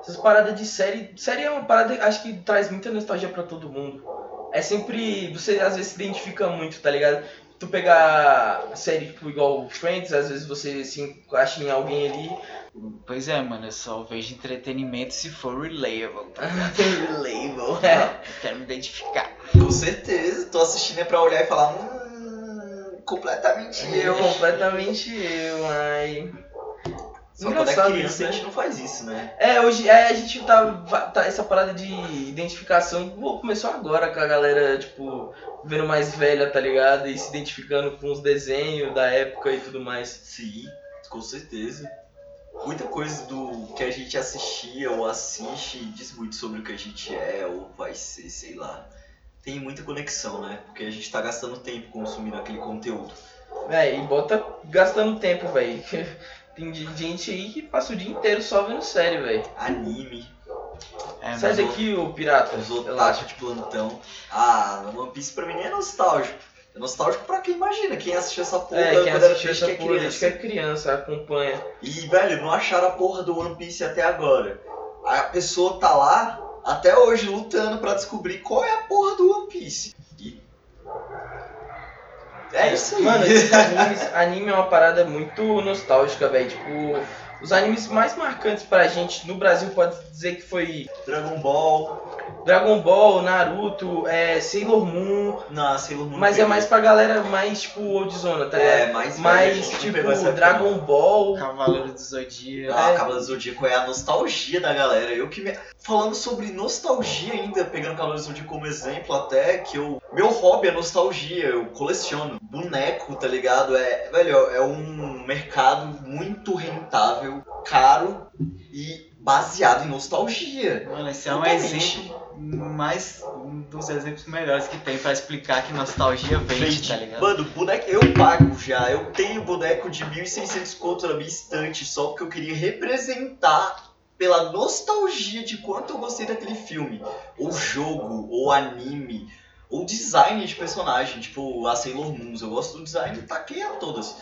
[SPEAKER 1] Essas paradas de série. Série é uma parada que acho que traz muita nostalgia pra todo mundo. É sempre. Você às vezes se identifica muito, tá ligado? Tu pegar série tipo, igual Friends, às vezes você se encaixa em alguém ali.
[SPEAKER 2] Pois é, mano, eu só vejo entretenimento se for relatable, tá ligado?
[SPEAKER 1] Label. É.
[SPEAKER 2] Eu Quero me identificar.
[SPEAKER 3] Com certeza, tô assistindo é pra olhar e falar, hum, completamente
[SPEAKER 1] Eu
[SPEAKER 3] eu.
[SPEAKER 1] é completamente eu, ai.
[SPEAKER 3] Só quando é criança
[SPEAKER 1] isso,
[SPEAKER 3] a
[SPEAKER 1] né?
[SPEAKER 3] gente não faz isso, né?
[SPEAKER 1] É, hoje é, a gente tá, va- tá- Essa parada de identificação pô, começou agora com a galera, tipo, vendo mais velha, tá ligado? E se identificando com os desenhos da época e tudo mais.
[SPEAKER 3] Sim, com certeza. Muita coisa do que a gente assistia ou assiste diz muito sobre o que a gente é ou vai ser, sei lá. Tem muita conexão, né? Porque a gente tá gastando tempo consumindo aquele conteúdo.
[SPEAKER 1] Véi, e bota gastando tempo, véi. Tem de- gente aí que passa o dia inteiro só vendo série, véi.
[SPEAKER 3] Anime,
[SPEAKER 2] É,
[SPEAKER 1] Sai
[SPEAKER 2] mas
[SPEAKER 3] eu-
[SPEAKER 1] daqui, ô pirata.
[SPEAKER 3] Os
[SPEAKER 1] Relaxa.
[SPEAKER 3] otaku de plantão. Ah, One Piece pra mim nem é nostálgico. É nostálgico pra quem imagina, quem assistiu essa porra
[SPEAKER 1] É, quem
[SPEAKER 3] quando era
[SPEAKER 1] assistiu
[SPEAKER 3] peixe
[SPEAKER 1] essa
[SPEAKER 3] que é
[SPEAKER 1] porra desde que
[SPEAKER 3] criança.
[SPEAKER 1] é criança, acompanha.
[SPEAKER 3] E, velho, não acharam a porra do One Piece até agora. A pessoa tá lá até hoje lutando pra descobrir qual é a porra do One Piece. E. É isso aí.
[SPEAKER 1] Mano, esses animes, anime é uma parada muito nostálgica, véi. Tipo, os animes mais marcantes pra gente no Brasil pode dizer que foi
[SPEAKER 3] Dragon Ball.
[SPEAKER 1] Dragon Ball, Naruto, é, Sailor Moon.
[SPEAKER 3] Não, Sailor Moon.
[SPEAKER 1] Mas é
[SPEAKER 3] pegou.
[SPEAKER 1] mais pra galera mais, tipo, oldzona, tá ligado?
[SPEAKER 3] É, mais. velho, a
[SPEAKER 1] Mas,
[SPEAKER 3] gente não
[SPEAKER 1] tipo,
[SPEAKER 3] pegou essa época, não.
[SPEAKER 1] Dragon Ball.
[SPEAKER 2] Cavaleiro do Zodíaco.
[SPEAKER 3] Ah,
[SPEAKER 1] É.
[SPEAKER 3] Cavaleiro do Zodíaco é a nostalgia da galera. Eu que me... Falando sobre nostalgia ainda, pegando Cavaleiro do Zodíaco como exemplo até, que eu... Meu hobby é nostalgia, eu coleciono. Boneco, tá ligado? É, velho, é um mercado muito rentável, caro e baseado em nostalgia.
[SPEAKER 2] Mano, esse é um
[SPEAKER 3] Totalmente.
[SPEAKER 2] exemplo mais. um dos exemplos melhores que tem pra explicar que nostalgia vende,
[SPEAKER 3] Vende.
[SPEAKER 2] tá ligado?
[SPEAKER 3] Mano, boneco, eu pago já. Eu tenho boneco de 1.600 conto na minha estante, só porque eu queria representar pela nostalgia de quanto eu gostei daquele filme, ou jogo, ou anime, ou design de personagem, tipo a Sailor Moons. Eu gosto do design e taquei a todas.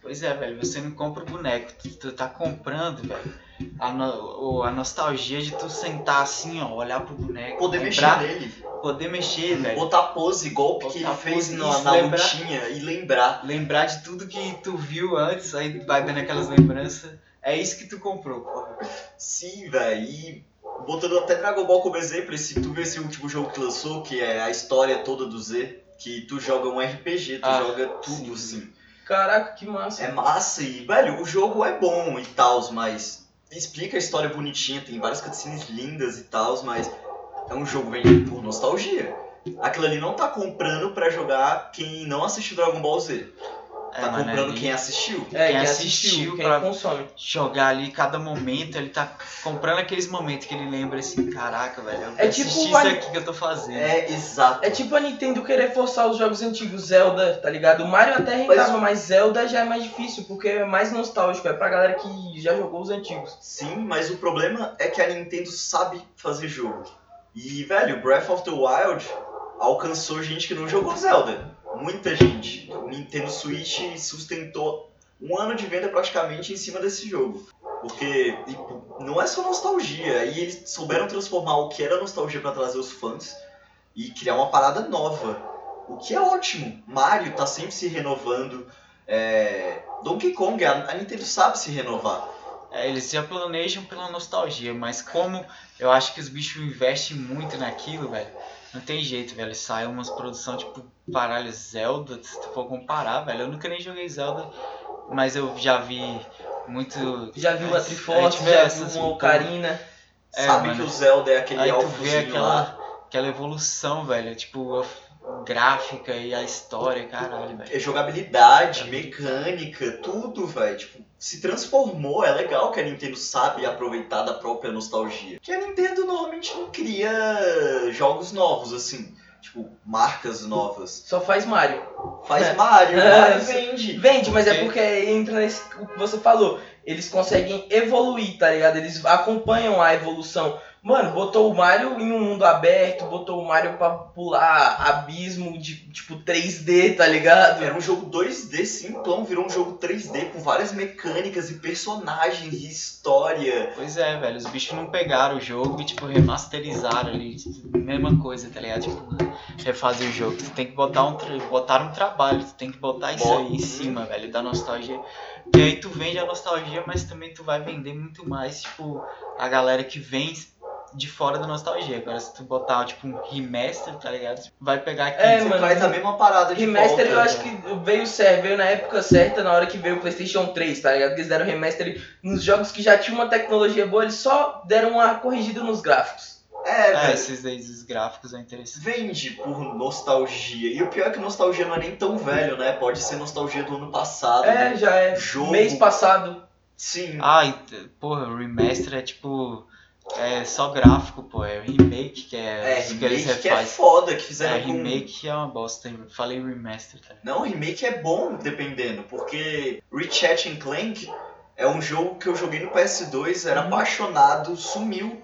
[SPEAKER 2] Pois é, velho, você não compra o boneco, tu, tu tá comprando, velho, a, no- o- a nostalgia de tu sentar assim, ó, olhar pro boneco,
[SPEAKER 3] Poder
[SPEAKER 2] lembrar,
[SPEAKER 3] mexer né? nele,
[SPEAKER 2] poder mexer, velho,
[SPEAKER 3] botar pose, golpe que
[SPEAKER 2] Botar
[SPEAKER 3] ele fez
[SPEAKER 2] pose,
[SPEAKER 3] na,
[SPEAKER 2] isso,
[SPEAKER 3] na
[SPEAKER 2] lembrar.
[SPEAKER 3] lutinha e lembrar.
[SPEAKER 2] lembrar de tudo que tu viu antes, aí vai dando aquelas lembranças, é isso que tu comprou, porra.
[SPEAKER 3] Sim, velho. E botando até Dragon Ball como exemplo, se tu vê esse último jogo que lançou, que é a história toda do Z, que tu joga um RPG, tu
[SPEAKER 2] Ah,
[SPEAKER 3] joga tudo,
[SPEAKER 2] sim.
[SPEAKER 3] assim.
[SPEAKER 1] Caraca, que massa.
[SPEAKER 3] É massa e, velho, o jogo é bom e tal, mas explica a história bonitinha, tem várias cutscenes lindas e tal, mas é um jogo vendido por nostalgia. Aquilo ali não tá comprando pra jogar quem não assistiu Dragon Ball Z. Tá
[SPEAKER 2] É, mano,
[SPEAKER 3] comprando
[SPEAKER 2] ali-
[SPEAKER 3] quem assistiu.
[SPEAKER 1] É,
[SPEAKER 2] Quem
[SPEAKER 1] quem assistiu,
[SPEAKER 2] assistiu
[SPEAKER 1] quem
[SPEAKER 2] pra-
[SPEAKER 1] consome.
[SPEAKER 2] jogar ali cada momento, ele tá comprando aqueles momentos que ele lembra assim, caraca, velho, eu
[SPEAKER 1] É
[SPEAKER 2] assisti
[SPEAKER 1] tipo
[SPEAKER 2] isso
[SPEAKER 1] o ani-
[SPEAKER 2] aqui que eu tô fazendo.
[SPEAKER 3] É, exato.
[SPEAKER 1] É tipo a Nintendo querer forçar os jogos antigos, Zelda, tá ligado? O Mario até rentava, mas Zelda já é mais difícil, porque é mais nostálgico, é pra galera que já jogou os antigos.
[SPEAKER 3] Sim, mas o problema é que a Nintendo sabe fazer jogo. E, velho, Breath of the Wild alcançou gente que não jogou Zelda. Muita gente. O Nintendo Switch sustentou um ano de venda praticamente em cima desse jogo. Porque e, pô, não é só nostalgia, e eles souberam transformar o que era nostalgia pra trazer os fãs e criar uma parada nova. O que é ótimo. Mario tá sempre se renovando. é, Donkey Kong, a- a Nintendo sabe se renovar.
[SPEAKER 2] É, eles já planejam pela nostalgia, mas como eu acho que os bichos investem muito naquilo, velho, não tem jeito, velho. Sai umas produções tipo Paralho Zelda, se tu for comparar, velho. Eu nunca nem joguei Zelda, mas eu já vi muito.
[SPEAKER 1] Já viu a
[SPEAKER 2] Mas,
[SPEAKER 1] Triforce,
[SPEAKER 2] é,
[SPEAKER 1] já
[SPEAKER 2] essas
[SPEAKER 1] viu uma
[SPEAKER 2] porra.
[SPEAKER 1] Ocarina.
[SPEAKER 2] É,
[SPEAKER 3] sabe
[SPEAKER 2] mano.
[SPEAKER 3] que o Zelda é aquele
[SPEAKER 2] Aí tu vê
[SPEAKER 3] elfozinho lá.
[SPEAKER 2] aquela, aquela evolução, velho, tipo, a f- gráfica e a história, caralho, velho.
[SPEAKER 3] É jogabilidade, mecânica, tudo, velho. Tipo, se transformou. É legal que a Nintendo sabe aproveitar da própria nostalgia. Que a Nintendo normalmente não cria jogos novos, assim. Tipo, marcas novas.
[SPEAKER 1] Só faz Mario.
[SPEAKER 3] Faz
[SPEAKER 1] É.
[SPEAKER 3] Mario,
[SPEAKER 1] É,
[SPEAKER 3] Mario
[SPEAKER 1] sim.
[SPEAKER 3] vende.
[SPEAKER 1] Vende, mas é
[SPEAKER 2] Ok.
[SPEAKER 1] porque entra nesse o que você falou. Eles conseguem evoluir, tá ligado? Eles acompanham a evolução. Mano, botou o Mario em um mundo aberto, botou o Mario pra pular abismo de tipo 3D, tá ligado?
[SPEAKER 3] Era um jogo 2D simplão, virou um jogo 3D com várias mecânicas e personagens e história.
[SPEAKER 2] Pois é, velho, os bichos não pegaram o jogo e, tipo, remasterizaram ali, tipo, mesma coisa, tá ligado? Tipo, refazer o jogo. Tu tem que botar um, tra- botar um trabalho, tu tem que botar isso aí em cima, velho, da nostalgia. E aí tu vende a nostalgia, mas também tu vai vender muito mais, tipo, a galera que vem de fora da nostalgia. Agora, se tu botar, tipo, um remaster, tá ligado? Vai pegar aqui.
[SPEAKER 1] É,
[SPEAKER 3] Você
[SPEAKER 1] mano,
[SPEAKER 3] traz a mesma parada de
[SPEAKER 1] Remaster
[SPEAKER 3] volta,
[SPEAKER 1] eu acho
[SPEAKER 3] né?
[SPEAKER 1] que veio certo, veio na época certa, na hora que veio o Playstation 3, tá ligado? Que eles deram remaster nos jogos que já tinha uma tecnologia boa, eles só deram uma corrigida nos gráficos.
[SPEAKER 3] É,
[SPEAKER 2] É,
[SPEAKER 3] velho.
[SPEAKER 2] esses aí dos gráficos é interessante.
[SPEAKER 3] vende por nostalgia. E o pior é que nostalgia não é nem tão velho, né? Pode ser nostalgia do ano passado.
[SPEAKER 1] É,
[SPEAKER 3] né?
[SPEAKER 1] já é.
[SPEAKER 3] Jogo.
[SPEAKER 1] Mês passado.
[SPEAKER 3] Sim.
[SPEAKER 2] Ah, e t- porra, remaster é tipo. É só gráfico, pô. É remake que é.
[SPEAKER 3] é,
[SPEAKER 2] isso que eles
[SPEAKER 3] remake que é
[SPEAKER 2] refazem.
[SPEAKER 3] foda, que
[SPEAKER 2] É,
[SPEAKER 3] fizeram com...
[SPEAKER 2] remake é uma bosta. eu Falei remaster, tá ligado?
[SPEAKER 3] Não, remake é bom, dependendo, porque Ratchet and Clank é um jogo que eu joguei no PS2, era
[SPEAKER 1] Uhum.
[SPEAKER 3] apaixonado, sumiu,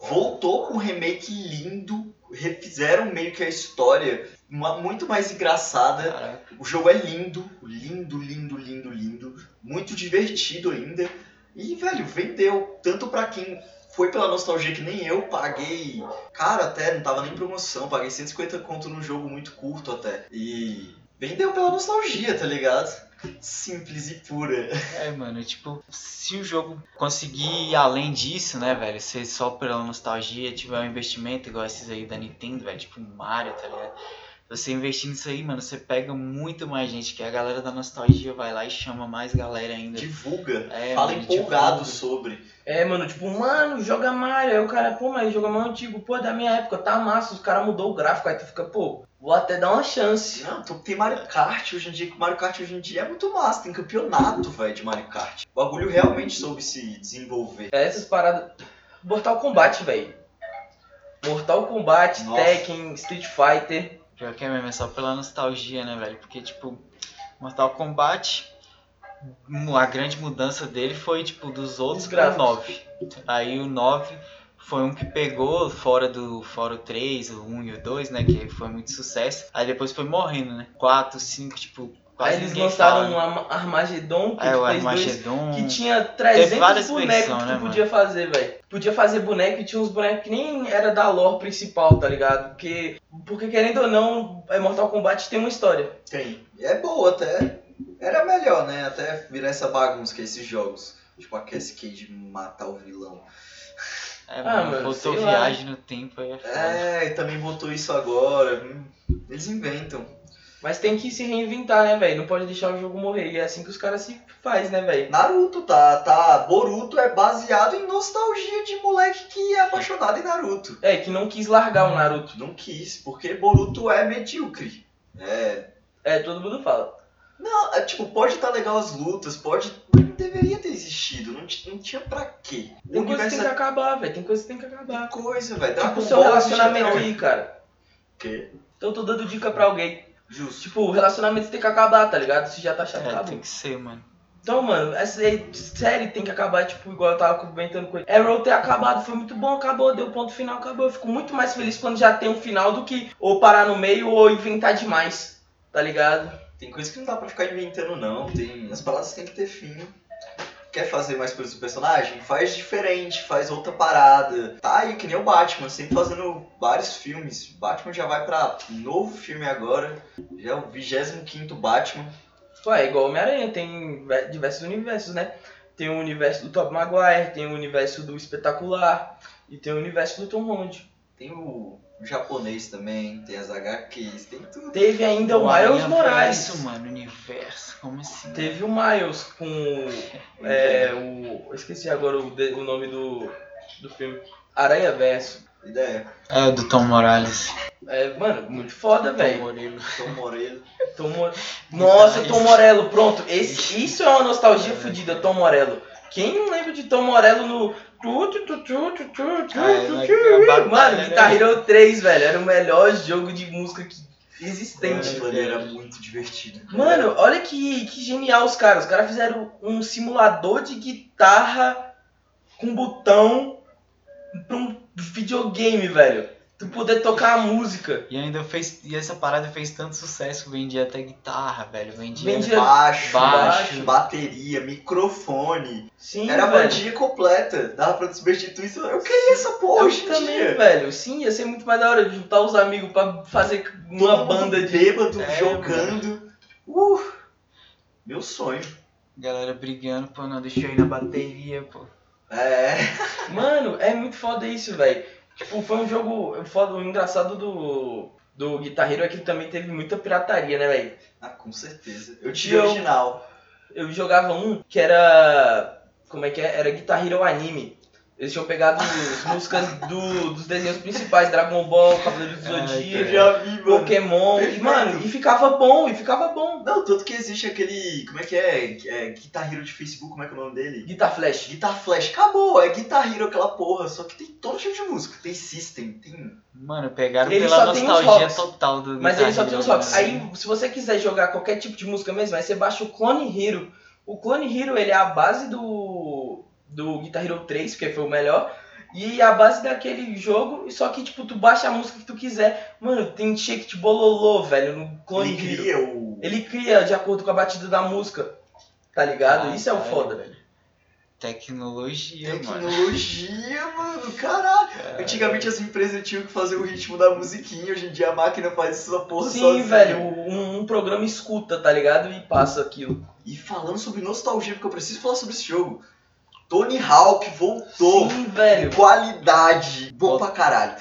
[SPEAKER 3] voltou com um remake lindo, refizeram meio que a história, uma, muito mais engraçada,
[SPEAKER 2] Caraca.
[SPEAKER 3] O jogo é lindo, lindo, lindo, lindo, lindo, muito divertido ainda. E, velho, vendeu. Tanto pra quem foi pela nostalgia que nem eu, paguei. Cara, até não tava nem em promoção, paguei 150 conto num jogo muito curto até. E vendeu pela nostalgia, tá ligado? Simples e pura.
[SPEAKER 2] É, mano, tipo, se o jogo conseguir ir além disso, né, velho? Ser só pela nostalgia, tiver um investimento igual esses aí da Nintendo, velho, tipo Mario, tá ligado? Você investindo nisso aí, mano, você pega muito mais gente, que é a galera da nostalgia vai lá e chama mais galera ainda.
[SPEAKER 3] Divulga.
[SPEAKER 2] É,
[SPEAKER 3] Tipo, Fala
[SPEAKER 2] mano, divulga.
[SPEAKER 3] empolgado sobre.
[SPEAKER 1] É, mano, tipo, mano, joga Mario. Aí o cara, pô, mas joga Mario antigo, pô, é da minha época, tá massa, os caras mudou o gráfico, aí tu fica, pô, vou até dar uma chance.
[SPEAKER 3] Não, tu- tem Mario Kart hoje em dia, que Mario Kart hoje em dia é muito massa, tem campeonato, velho, de Mario Kart. O bagulho realmente soube se desenvolver.
[SPEAKER 1] É, essas paradas. Mortal Kombat, velho. Mortal Kombat,
[SPEAKER 3] Nossa.
[SPEAKER 1] Tekken, Street Fighter.
[SPEAKER 2] Pior que é mesmo, é só pela nostalgia, né, velho? Porque, tipo, Mortal Kombat, mu- a grande mudança dele foi, tipo, dos outros
[SPEAKER 1] Os
[SPEAKER 2] pra
[SPEAKER 1] gráficos.
[SPEAKER 2] 9. Aí o 9 foi um que pegou, fora do fora o 3, o 1 e o 2, né, que foi muito sucesso. Aí depois foi morrendo, né? 4, 5, tipo, quase
[SPEAKER 1] aí eles
[SPEAKER 2] ninguém
[SPEAKER 1] lançaram
[SPEAKER 2] fala,
[SPEAKER 1] um
[SPEAKER 2] né?
[SPEAKER 1] Arma- Armageddon, que
[SPEAKER 2] Aí o
[SPEAKER 1] fez dois
[SPEAKER 2] Armagedon...
[SPEAKER 1] Que tinha
[SPEAKER 2] Hum. Teve várias
[SPEAKER 1] 300 bonecos
[SPEAKER 2] versões,
[SPEAKER 1] que
[SPEAKER 2] né,
[SPEAKER 1] tu podia fazer, velho. Podia fazer boneco e tinha uns bonecos que nem era da lore principal, tá ligado? Porque, porque querendo ou não, é, Mortal Kombat tem uma história.
[SPEAKER 3] Tem. É boa até. Era melhor, né? é Até virar essa bagunça que é esses jogos. Tipo a Cascade matar o vilão.
[SPEAKER 2] É,
[SPEAKER 1] Ah,
[SPEAKER 2] mano,
[SPEAKER 1] mano,
[SPEAKER 2] botou
[SPEAKER 1] sei lá.
[SPEAKER 2] viagem no tempo aí é foda.
[SPEAKER 3] É, e também botou isso agora. hum. Eles inventam.
[SPEAKER 1] Mas tem que se reinventar, né, velho? Não pode deixar o jogo morrer. E é assim que os caras se faz, né, velho?
[SPEAKER 3] Naruto, tá? tá Boruto é baseado em nostalgia de moleque que é apaixonado em Naruto.
[SPEAKER 1] É, que não quis largar
[SPEAKER 2] Hum.
[SPEAKER 1] o Naruto.
[SPEAKER 3] Não quis, porque Boruto é medíocre. É.
[SPEAKER 1] É, todo mundo fala.
[SPEAKER 3] Não, é, tipo, pode estar legal as lutas, pode. Não deveria ter existido, não, ti- não tinha pra
[SPEAKER 1] Tem
[SPEAKER 3] quê. O
[SPEAKER 1] coisa que
[SPEAKER 3] universo
[SPEAKER 1] tem
[SPEAKER 2] é-
[SPEAKER 1] que acabar, velho. Tem coisa que tem que acabar.
[SPEAKER 3] é coisa, velho.
[SPEAKER 2] Tá
[SPEAKER 1] Tipo,
[SPEAKER 3] Dragon
[SPEAKER 1] o seu
[SPEAKER 3] Ball assiste
[SPEAKER 2] né,
[SPEAKER 1] relacionamento
[SPEAKER 3] até hoje.
[SPEAKER 1] aí, cara.
[SPEAKER 3] Quê?
[SPEAKER 1] Então eu tô dando dica pra alguém.
[SPEAKER 3] Justo.
[SPEAKER 1] Tipo, o relacionamento tem que acabar, tá ligado? Se já tá chato,
[SPEAKER 2] É,
[SPEAKER 1] acabou.
[SPEAKER 2] tem que ser, mano.
[SPEAKER 1] Então, mano, essa aí- série tem que acabar, tipo, igual eu tava comentando com ele. Arrow ter acabado foi muito bom, acabou, deu ponto final, acabou. Eu fico muito mais feliz quando já tem um final do que ou parar no meio ou inventar demais, tá ligado?
[SPEAKER 3] Tem coisa que não dá pra ficar inventando, não. Tem... As palavras têm que ter fim. Quer fazer mais coisas do personagem? Faz diferente, faz outra parada. Tá aí, que nem o Batman, sempre fazendo vários filmes. Batman já vai pra novo filme agora. Já é o 25 Batman.
[SPEAKER 1] Ué, é igual Homem-Aranha, tem ve- diversos universos, né? Tem o universo do Tobey Maguire, tem o universo do Espetacular e tem o universo do Tom Holland.
[SPEAKER 3] Tem o japonês também, tem as HQs, tem tudo.
[SPEAKER 1] Teve ainda o
[SPEAKER 2] Aranha
[SPEAKER 1] Então, Miles Morales.
[SPEAKER 2] Verso, mano, universo. Como assim?
[SPEAKER 1] Teve o Miles com é, o. Eu esqueci agora o, de- o nome do, do filme. Aranha Verso.
[SPEAKER 3] Ideia.
[SPEAKER 2] É, do Tom Morales.
[SPEAKER 1] É, mano, muito foda,
[SPEAKER 2] Tom
[SPEAKER 1] velho.
[SPEAKER 2] Morello.
[SPEAKER 3] Tom Morello.
[SPEAKER 1] Tom Mo- Nossa, Tom Morello, pronto. Esse, isso é uma nostalgia
[SPEAKER 2] É.
[SPEAKER 1] fodida, Tom Morello. Quem não lembra de Tom Morello no. tu, tu, tu, tu, tu, tu, tu,
[SPEAKER 2] Ah,
[SPEAKER 1] tu,
[SPEAKER 2] na-
[SPEAKER 1] tu?
[SPEAKER 2] na batalha,
[SPEAKER 1] Mano,
[SPEAKER 2] né?
[SPEAKER 1] Guitar Hero 3, velho. Era o melhor jogo de música que existente.
[SPEAKER 3] Aquilo ali era muito divertido.
[SPEAKER 2] É.
[SPEAKER 1] Mano, olha que, que genial os caras. Os caras fizeram um simulador de guitarra com botão pra um videogame, velho. Tu poder tocar a música.
[SPEAKER 2] E ainda fez. E essa parada fez tanto sucesso que vendia até guitarra, velho. Vendia.
[SPEAKER 1] Vendia-
[SPEAKER 3] Baixo,
[SPEAKER 2] Baixo.
[SPEAKER 3] bateria, microfone.
[SPEAKER 1] Sim,
[SPEAKER 3] Era a
[SPEAKER 1] velho.
[SPEAKER 3] bandinha completa, dava pra substituir isso. Eu queria essa porra
[SPEAKER 1] Eu
[SPEAKER 3] hoje em
[SPEAKER 1] também,
[SPEAKER 3] dia.
[SPEAKER 1] velho. Sim, ia ser muito mais da hora de juntar os amigos pra fazer uma
[SPEAKER 3] Todo mundo
[SPEAKER 1] banda de.
[SPEAKER 3] bêbado,
[SPEAKER 2] É,
[SPEAKER 3] jogando. Uh, meu sonho.
[SPEAKER 2] Galera brigando, pô, não deixou ir na bateria, pô.
[SPEAKER 3] É,
[SPEAKER 1] Mano, é muito foda isso, velho. Tipo, foi um jogo. Foda, o engraçado do. Do Guitar Hero é que também teve muita pirataria, né, velho?
[SPEAKER 3] ah, com certeza. Eu tinha
[SPEAKER 1] Eu-
[SPEAKER 3] o original.
[SPEAKER 1] Eu jogava um que era. Como é que é? Era Guitar Hero Anime. Eles tinham pegado as músicas do- dos desenhos principais, Dragon Ball, Cavaleiro do
[SPEAKER 2] Ai,
[SPEAKER 3] Eu
[SPEAKER 1] Zodíaco,
[SPEAKER 3] já vi, mano.
[SPEAKER 1] Pokémon. E, mano, e ficava bom, e ficava bom.
[SPEAKER 3] Não, tanto que existe aquele. Como é que é? é Guitar Hero de Facebook, como é que é o nome dele?
[SPEAKER 1] Guitar Flash.
[SPEAKER 3] Guitar Flash, acabou, é Guitar Hero aquela porra, só que tem todo tipo de música, tem System, tem.
[SPEAKER 2] Mano, pegaram
[SPEAKER 1] Ele
[SPEAKER 2] pela
[SPEAKER 1] só tem uns
[SPEAKER 2] nostalgia
[SPEAKER 1] rocks.
[SPEAKER 2] total do
[SPEAKER 1] Mas
[SPEAKER 2] Guitar
[SPEAKER 1] ele só
[SPEAKER 2] Hero,
[SPEAKER 1] tem os rocks.
[SPEAKER 2] né?
[SPEAKER 1] Aí, se você quiser jogar qualquer tipo de música mesmo, aí você baixa o Clone Hero. O Clone Hero, ele é a base do. Do Guitar Hero 3, porque foi o melhor. E a base daquele jogo, só que, tipo, tu baixa a música que tu quiser. Mano, tem Shake de Bololô, velho, no Clone
[SPEAKER 3] Ele
[SPEAKER 1] Hero.
[SPEAKER 3] cria o.
[SPEAKER 1] Ele cria de acordo com a batida da música. Tá ligado?
[SPEAKER 3] Ah,
[SPEAKER 1] Isso é o
[SPEAKER 2] Caralho,
[SPEAKER 1] foda.
[SPEAKER 2] velho. Tecnologia, mano.
[SPEAKER 3] Tecnologia, mano, caralho. Antigamente as empresas tinham que fazer o ritmo da musiquinha, hoje em dia a máquina faz essa porra
[SPEAKER 1] Sim,
[SPEAKER 3] sozinha.
[SPEAKER 1] velho, um, um programa escuta, tá ligado? E passa aquilo.
[SPEAKER 3] E falando sobre nostalgia, porque eu preciso falar sobre esse jogo. Tony Hawk voltou.
[SPEAKER 1] Sim, velho.
[SPEAKER 3] Qualidade. Bom pra caralho.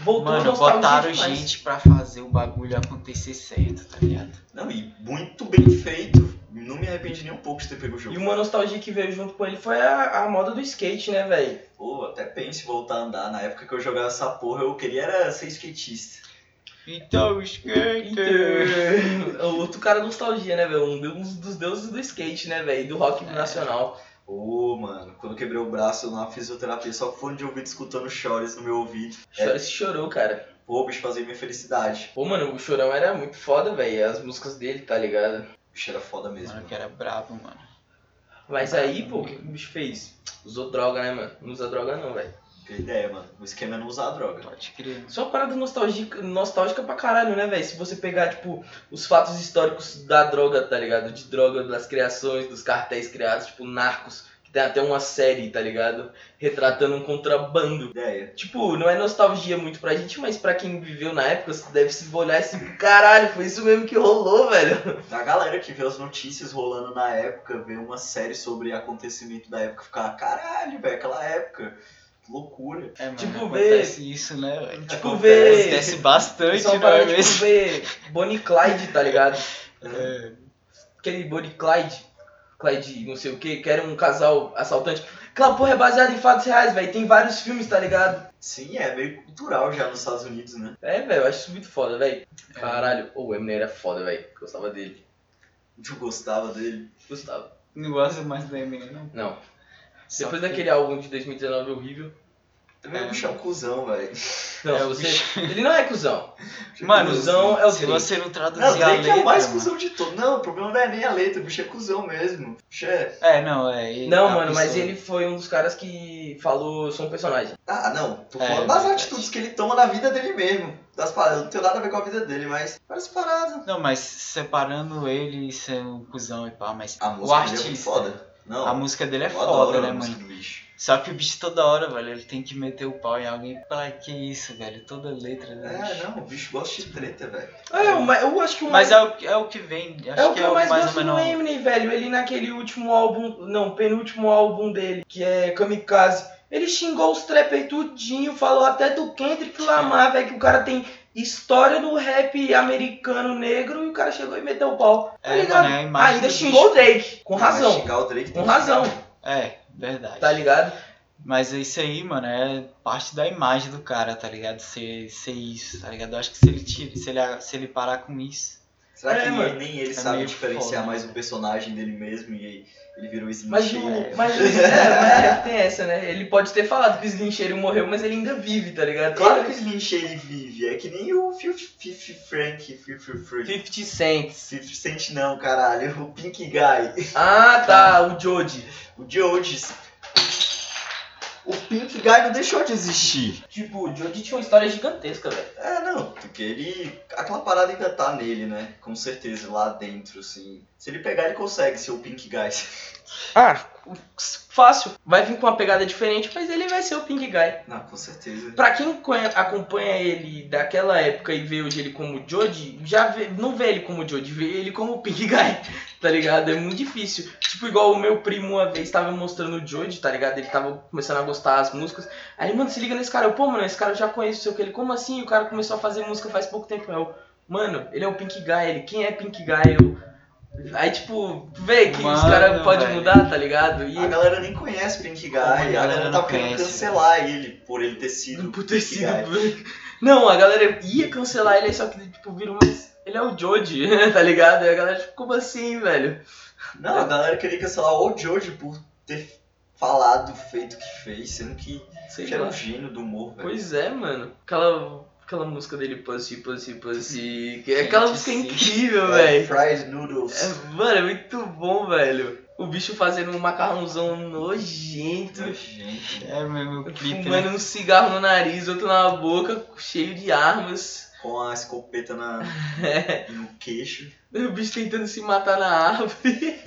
[SPEAKER 1] Voltou a
[SPEAKER 2] Mano,
[SPEAKER 1] nostalgia
[SPEAKER 2] botaram
[SPEAKER 1] demais.
[SPEAKER 2] gente pra fazer o bagulho acontecer certo, tá ligado?
[SPEAKER 3] Não, e muito bem feito. Não me arrependi nem um pouco de ter pego o
[SPEAKER 1] E
[SPEAKER 3] jogo.
[SPEAKER 1] uma nostalgia que veio junto com ele foi a, a moda do skate, né, velho?
[SPEAKER 3] Pô, até penso em voltar a andar. Na época que eu jogava essa porra, eu queria era ser skatista.
[SPEAKER 2] Então, skater.
[SPEAKER 1] Então, Outro cara nostalgia, né, velho? Um deus- dos deuses do skate, né, velho? Do rock nacional.
[SPEAKER 3] Ô, mano, quando eu quebrei o braço eu na fisioterapia, só com fone de ouvido escutando chores no meu ouvido.
[SPEAKER 1] Chora se chorou, cara.
[SPEAKER 3] Pô, bicho, fazia minha felicidade.
[SPEAKER 1] Pô, mano, o Chorão era muito foda, velho. As músicas dele, tá ligado?
[SPEAKER 3] Bicho, era foda mesmo.
[SPEAKER 2] Mano, que era brabo, mano.
[SPEAKER 1] Mas aí, pô, o que que o bicho fez? Usou droga, né, mano? Não usa droga não, velho.
[SPEAKER 3] Que ideia, mano. O esquema é não usar droga.
[SPEAKER 2] Pode crer.
[SPEAKER 1] Só uma parada nostálgica, nostálgica pra caralho, né, velho? Se você pegar, tipo, os fatos históricos da droga, tá ligado? De droga, das criações, dos cartéis criados, tipo, narcos. Que tem até uma série, tá ligado? Retratando um contrabando.
[SPEAKER 3] Ideia.
[SPEAKER 1] Tipo, não é nostalgia muito pra gente, mas pra quem viveu na época, você deve se olhar assim, caralho, foi isso mesmo que rolou, velho.
[SPEAKER 3] A galera que vê as notícias rolando na "Ah, época, vê uma série sobre acontecimento da época, ficar, caralho, velho, aquela época. loucura.
[SPEAKER 2] É, mano,
[SPEAKER 1] Tipo,
[SPEAKER 2] acontece isso, né, velho?
[SPEAKER 1] Tipo,
[SPEAKER 3] Acontece,
[SPEAKER 1] ver.
[SPEAKER 2] Acontece bastante,
[SPEAKER 1] Só
[SPEAKER 2] não
[SPEAKER 1] para,
[SPEAKER 2] é
[SPEAKER 1] tipo,
[SPEAKER 2] mesmo?
[SPEAKER 1] ver Bonnie e Clyde, tá ligado?
[SPEAKER 2] É.
[SPEAKER 1] Aquele Bonnie e Clyde. Clyde, não sei o que, que era um casal assaltante. Aquela porra é baseada em fatos reais, velho. Tem vários filmes, tá ligado?
[SPEAKER 3] Sim, é meio cultural já nos Estados Unidos, né?
[SPEAKER 1] É, velho, eu acho isso muito foda, velho.
[SPEAKER 2] É.
[SPEAKER 1] Caralho, Ô, o Eminem era foda, velho. Gostava dele.
[SPEAKER 3] Eu gostava dele.
[SPEAKER 1] Gostava.
[SPEAKER 2] Não gosto mais da Eminem, não.
[SPEAKER 1] Não.
[SPEAKER 2] Só
[SPEAKER 1] Depois
[SPEAKER 2] que-
[SPEAKER 1] daquele álbum de 2019 horrível.
[SPEAKER 3] Também
[SPEAKER 2] É.
[SPEAKER 3] o bicho é um cuzão, velho.
[SPEAKER 1] Não,
[SPEAKER 2] É, o
[SPEAKER 1] você.
[SPEAKER 2] bicho-
[SPEAKER 1] Ele não é cuzão.
[SPEAKER 2] Mano,
[SPEAKER 1] Cusão é o
[SPEAKER 2] tipo, se
[SPEAKER 1] Drake.
[SPEAKER 2] você não traduzir
[SPEAKER 3] Não, o
[SPEAKER 2] a
[SPEAKER 3] Drake
[SPEAKER 2] letra...
[SPEAKER 3] é o mais
[SPEAKER 2] mano.
[SPEAKER 3] cuzão de todos. Não, o problema não é nem a letra, o bicho é cuzão mesmo. O bicho é...
[SPEAKER 2] É, não, é... e
[SPEAKER 1] Não,
[SPEAKER 2] a
[SPEAKER 1] mano, mas
[SPEAKER 2] pessoa-
[SPEAKER 1] ele foi um dos caras que falou, sou um personagem.
[SPEAKER 3] Ah, não. Tô
[SPEAKER 2] É,
[SPEAKER 3] falando das
[SPEAKER 2] verdade.
[SPEAKER 3] atitudes que ele toma na vida dele mesmo. Das paradas. Não tem nada a ver com a vida dele, mas... Várias paradas.
[SPEAKER 2] Não, mas separando ele e ser um cuzão e pá, mas
[SPEAKER 3] A
[SPEAKER 2] o
[SPEAKER 3] música dele é muito
[SPEAKER 2] artista,
[SPEAKER 3] foda. Não,
[SPEAKER 2] a música dele é
[SPEAKER 3] eu
[SPEAKER 2] foda,
[SPEAKER 3] adoro
[SPEAKER 2] né,
[SPEAKER 3] a
[SPEAKER 2] mano?
[SPEAKER 3] música do bicho.
[SPEAKER 2] Só que o bicho toda hora, velho, ele tem que meter o pau em alguém. Pra que isso, velho? Toda letra, né?
[SPEAKER 3] É,
[SPEAKER 2] bicho?
[SPEAKER 3] não, o bicho gosta de treta, velho.
[SPEAKER 1] É, eu, eu acho que o
[SPEAKER 2] Mas é o, é o que vem, acho
[SPEAKER 1] É o
[SPEAKER 2] que
[SPEAKER 1] que
[SPEAKER 2] é
[SPEAKER 1] eu
[SPEAKER 2] o
[SPEAKER 1] mais
[SPEAKER 2] mais ou
[SPEAKER 1] gosto do
[SPEAKER 2] menos...
[SPEAKER 1] Eminem, velho. Ele naquele último álbum, não, penúltimo álbum dele, que é Kamikaze. Ele xingou os trappers tudinho, falou até do Kendrick
[SPEAKER 2] É.
[SPEAKER 1] Lamar, velho, que o cara tem história do rap americano negro e o cara chegou e meteu o pau. Tá
[SPEAKER 2] É,
[SPEAKER 1] ligado?
[SPEAKER 2] mano, é a imagem
[SPEAKER 1] Ainda
[SPEAKER 2] do
[SPEAKER 1] xingou
[SPEAKER 2] bicho. né?
[SPEAKER 1] o Drake, com
[SPEAKER 3] Não, mas
[SPEAKER 1] razão.
[SPEAKER 3] xingar o Drake
[SPEAKER 1] Com
[SPEAKER 3] tem que
[SPEAKER 1] razão,
[SPEAKER 2] É, verdade.
[SPEAKER 1] tá ligado?
[SPEAKER 2] Mas é isso aí, mano, é parte da imagem do cara, tá ligado? Ser, ser isso, tá ligado? Eu acho que se ele, tira, se ele, se ele parar com isso...
[SPEAKER 3] Será
[SPEAKER 1] É,
[SPEAKER 3] que
[SPEAKER 1] mano.
[SPEAKER 3] nem ele
[SPEAKER 2] É
[SPEAKER 3] sabe
[SPEAKER 2] meio
[SPEAKER 3] diferenciar
[SPEAKER 2] foda,
[SPEAKER 3] mais
[SPEAKER 2] né?
[SPEAKER 3] o personagem dele mesmo e ele virou esse
[SPEAKER 1] Mas o.
[SPEAKER 3] lixeiro?
[SPEAKER 1] Mas, o- é, mas tem essa, né? Ele pode ter falado que o Slincheiro morreu, mas ele ainda vive, tá ligado?
[SPEAKER 3] É Claro que o Lynch ele vive, é que nem o Fifi Frank, Fifi Frank.
[SPEAKER 1] 50 Cent.
[SPEAKER 3] Fifi Cent não, caralho, o Pink Guy.
[SPEAKER 1] Ah, tá, o Jody.
[SPEAKER 3] O Jodes. O Pink Guy não deixou de existir.
[SPEAKER 1] Tipo, o Jody tinha uma história gigantesca, velho.
[SPEAKER 3] É, não, porque ele. Aquela parada ainda tá nele, né? Com certeza, lá dentro, assim. Se ele pegar, ele consegue ser o Pink Guy.
[SPEAKER 1] Ah, fácil. Vai vir com uma pegada diferente, mas ele vai ser o Pink Guy.
[SPEAKER 3] Não, com certeza.
[SPEAKER 1] Pra quem conhe- acompanha ele daquela época e vê hoje ele como Jody, já vê- não vê ele como Jody, vê ele como Pink Guy, tá ligado? É muito difícil. Tipo, igual o meu primo uma vez tava me mostrando o Jody, tá ligado? Ele tava começando a gostar das músicas. Aí, ele, mano, se liga nesse cara. Eu, pô, mano, esse cara eu já conheço, sei o que. Ele, como assim? O cara começou a fazer música faz pouco tempo. Eu, mano, ele é o Pink Guy. Ele, quem é Pink Guy? Eu... Aí, tipo, vê que os
[SPEAKER 2] Mano,
[SPEAKER 1] caras podem
[SPEAKER 2] velho.
[SPEAKER 1] mudar, tá ligado? E
[SPEAKER 3] A galera nem conhece o Pink Guy,
[SPEAKER 2] Como a
[SPEAKER 3] a
[SPEAKER 2] galera
[SPEAKER 3] galera
[SPEAKER 2] não
[SPEAKER 3] tá querendo
[SPEAKER 2] conhece,
[SPEAKER 3] cancelar ele por ele ter sido.
[SPEAKER 1] Por ter sido.
[SPEAKER 3] Guy.
[SPEAKER 1] Não, a galera ia cancelar ele, só que, tipo, virou, mas ele é o Jody, tá ligado? E a galera, tipo, como assim, velho?
[SPEAKER 3] Não, a galera queria cancelar o Jojo por ter falado, feito o que fez, sendo que
[SPEAKER 1] Sei
[SPEAKER 3] era
[SPEAKER 1] lá.
[SPEAKER 3] um gênio do humor, velho.
[SPEAKER 1] Pois é, mano. Aquela, aquela música dele, Pussy, Pussy, Pussy. que é Aquela
[SPEAKER 2] Gente,
[SPEAKER 1] música
[SPEAKER 2] sim.
[SPEAKER 1] incrível,
[SPEAKER 3] É,
[SPEAKER 1] velho.
[SPEAKER 3] Fried Noodles.
[SPEAKER 1] É, mano, é muito bom, velho. O bicho fazendo um macarrãozão nojento.
[SPEAKER 3] Nojento. né?
[SPEAKER 2] É mesmo, o clipe, né?
[SPEAKER 1] Fumando um cigarro no nariz, outro na boca, cheio de armas.
[SPEAKER 3] Com a escopeta na...
[SPEAKER 2] É.
[SPEAKER 3] no queixo.
[SPEAKER 1] O bicho tentando se matar na árvore.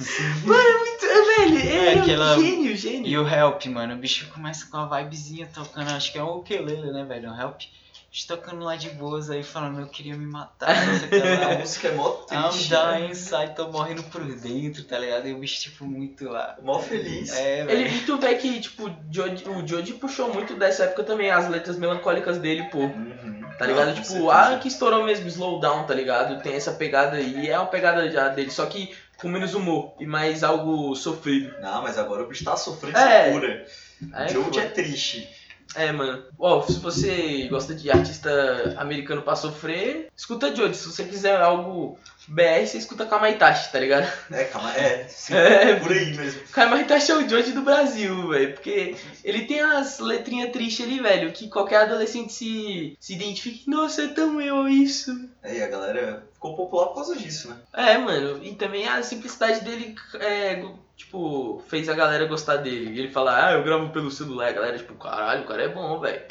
[SPEAKER 1] Mano, é muito. Velho,
[SPEAKER 2] É
[SPEAKER 1] é, um
[SPEAKER 2] aquela-
[SPEAKER 1] gênio, gênio.
[SPEAKER 2] E o Help, mano, o bicho começa com uma vibezinha tocando, acho que é um ukulele, né, velho, um Help. O bicho tocando lá de boas aí, falando, eu queria me matar, não sei o que
[SPEAKER 3] A
[SPEAKER 2] lá.
[SPEAKER 3] música é mó
[SPEAKER 2] I'm
[SPEAKER 3] triste. né?
[SPEAKER 2] dying inside, tô morrendo por dentro, tá ligado? E o bicho, tipo, muito lá.
[SPEAKER 3] Mó feliz.
[SPEAKER 2] É, velho.
[SPEAKER 1] Ele, e tu vê que, tipo, o Jody- o Jody puxou muito dessa época também, as letras melancólicas dele, pô.
[SPEAKER 3] Uhum.
[SPEAKER 1] Tá ligado?
[SPEAKER 3] Não, com
[SPEAKER 1] tipo,
[SPEAKER 3] certeza.
[SPEAKER 1] ah, que estourou mesmo, Slowdown, tá ligado? Tem essa pegada aí, é uma pegada já dele, só que com menos humor e mais algo sofrido.
[SPEAKER 3] Não, mas agora o bicho tá sofrendo
[SPEAKER 1] ah, É.
[SPEAKER 3] de cura.
[SPEAKER 1] É,
[SPEAKER 3] Jojo
[SPEAKER 1] pô.
[SPEAKER 3] é triste.
[SPEAKER 1] É, mano. Ó, se você gosta de artista americano pra sofrer, escuta Jody. Se você quiser algo BR, você escuta Kamaitachi, tá ligado?
[SPEAKER 3] É, calma, é. Sim,
[SPEAKER 1] É,
[SPEAKER 3] por aí mesmo.
[SPEAKER 1] Cara, mas tá show de hoje do Brasil, velho. Porque ele tem as letrinhas tristes ali, velho. Que qualquer adolescente se, se identifica. Nossa, é tão eu isso.
[SPEAKER 3] É, e a galera ficou popular por causa disso, né?
[SPEAKER 1] É, mano. E também a simplicidade dele, é, go- tipo, fez a galera gostar dele. E ele fala, ah, eu gravo pelo celular. A galera, tipo, caralho, o cara é bom, velho.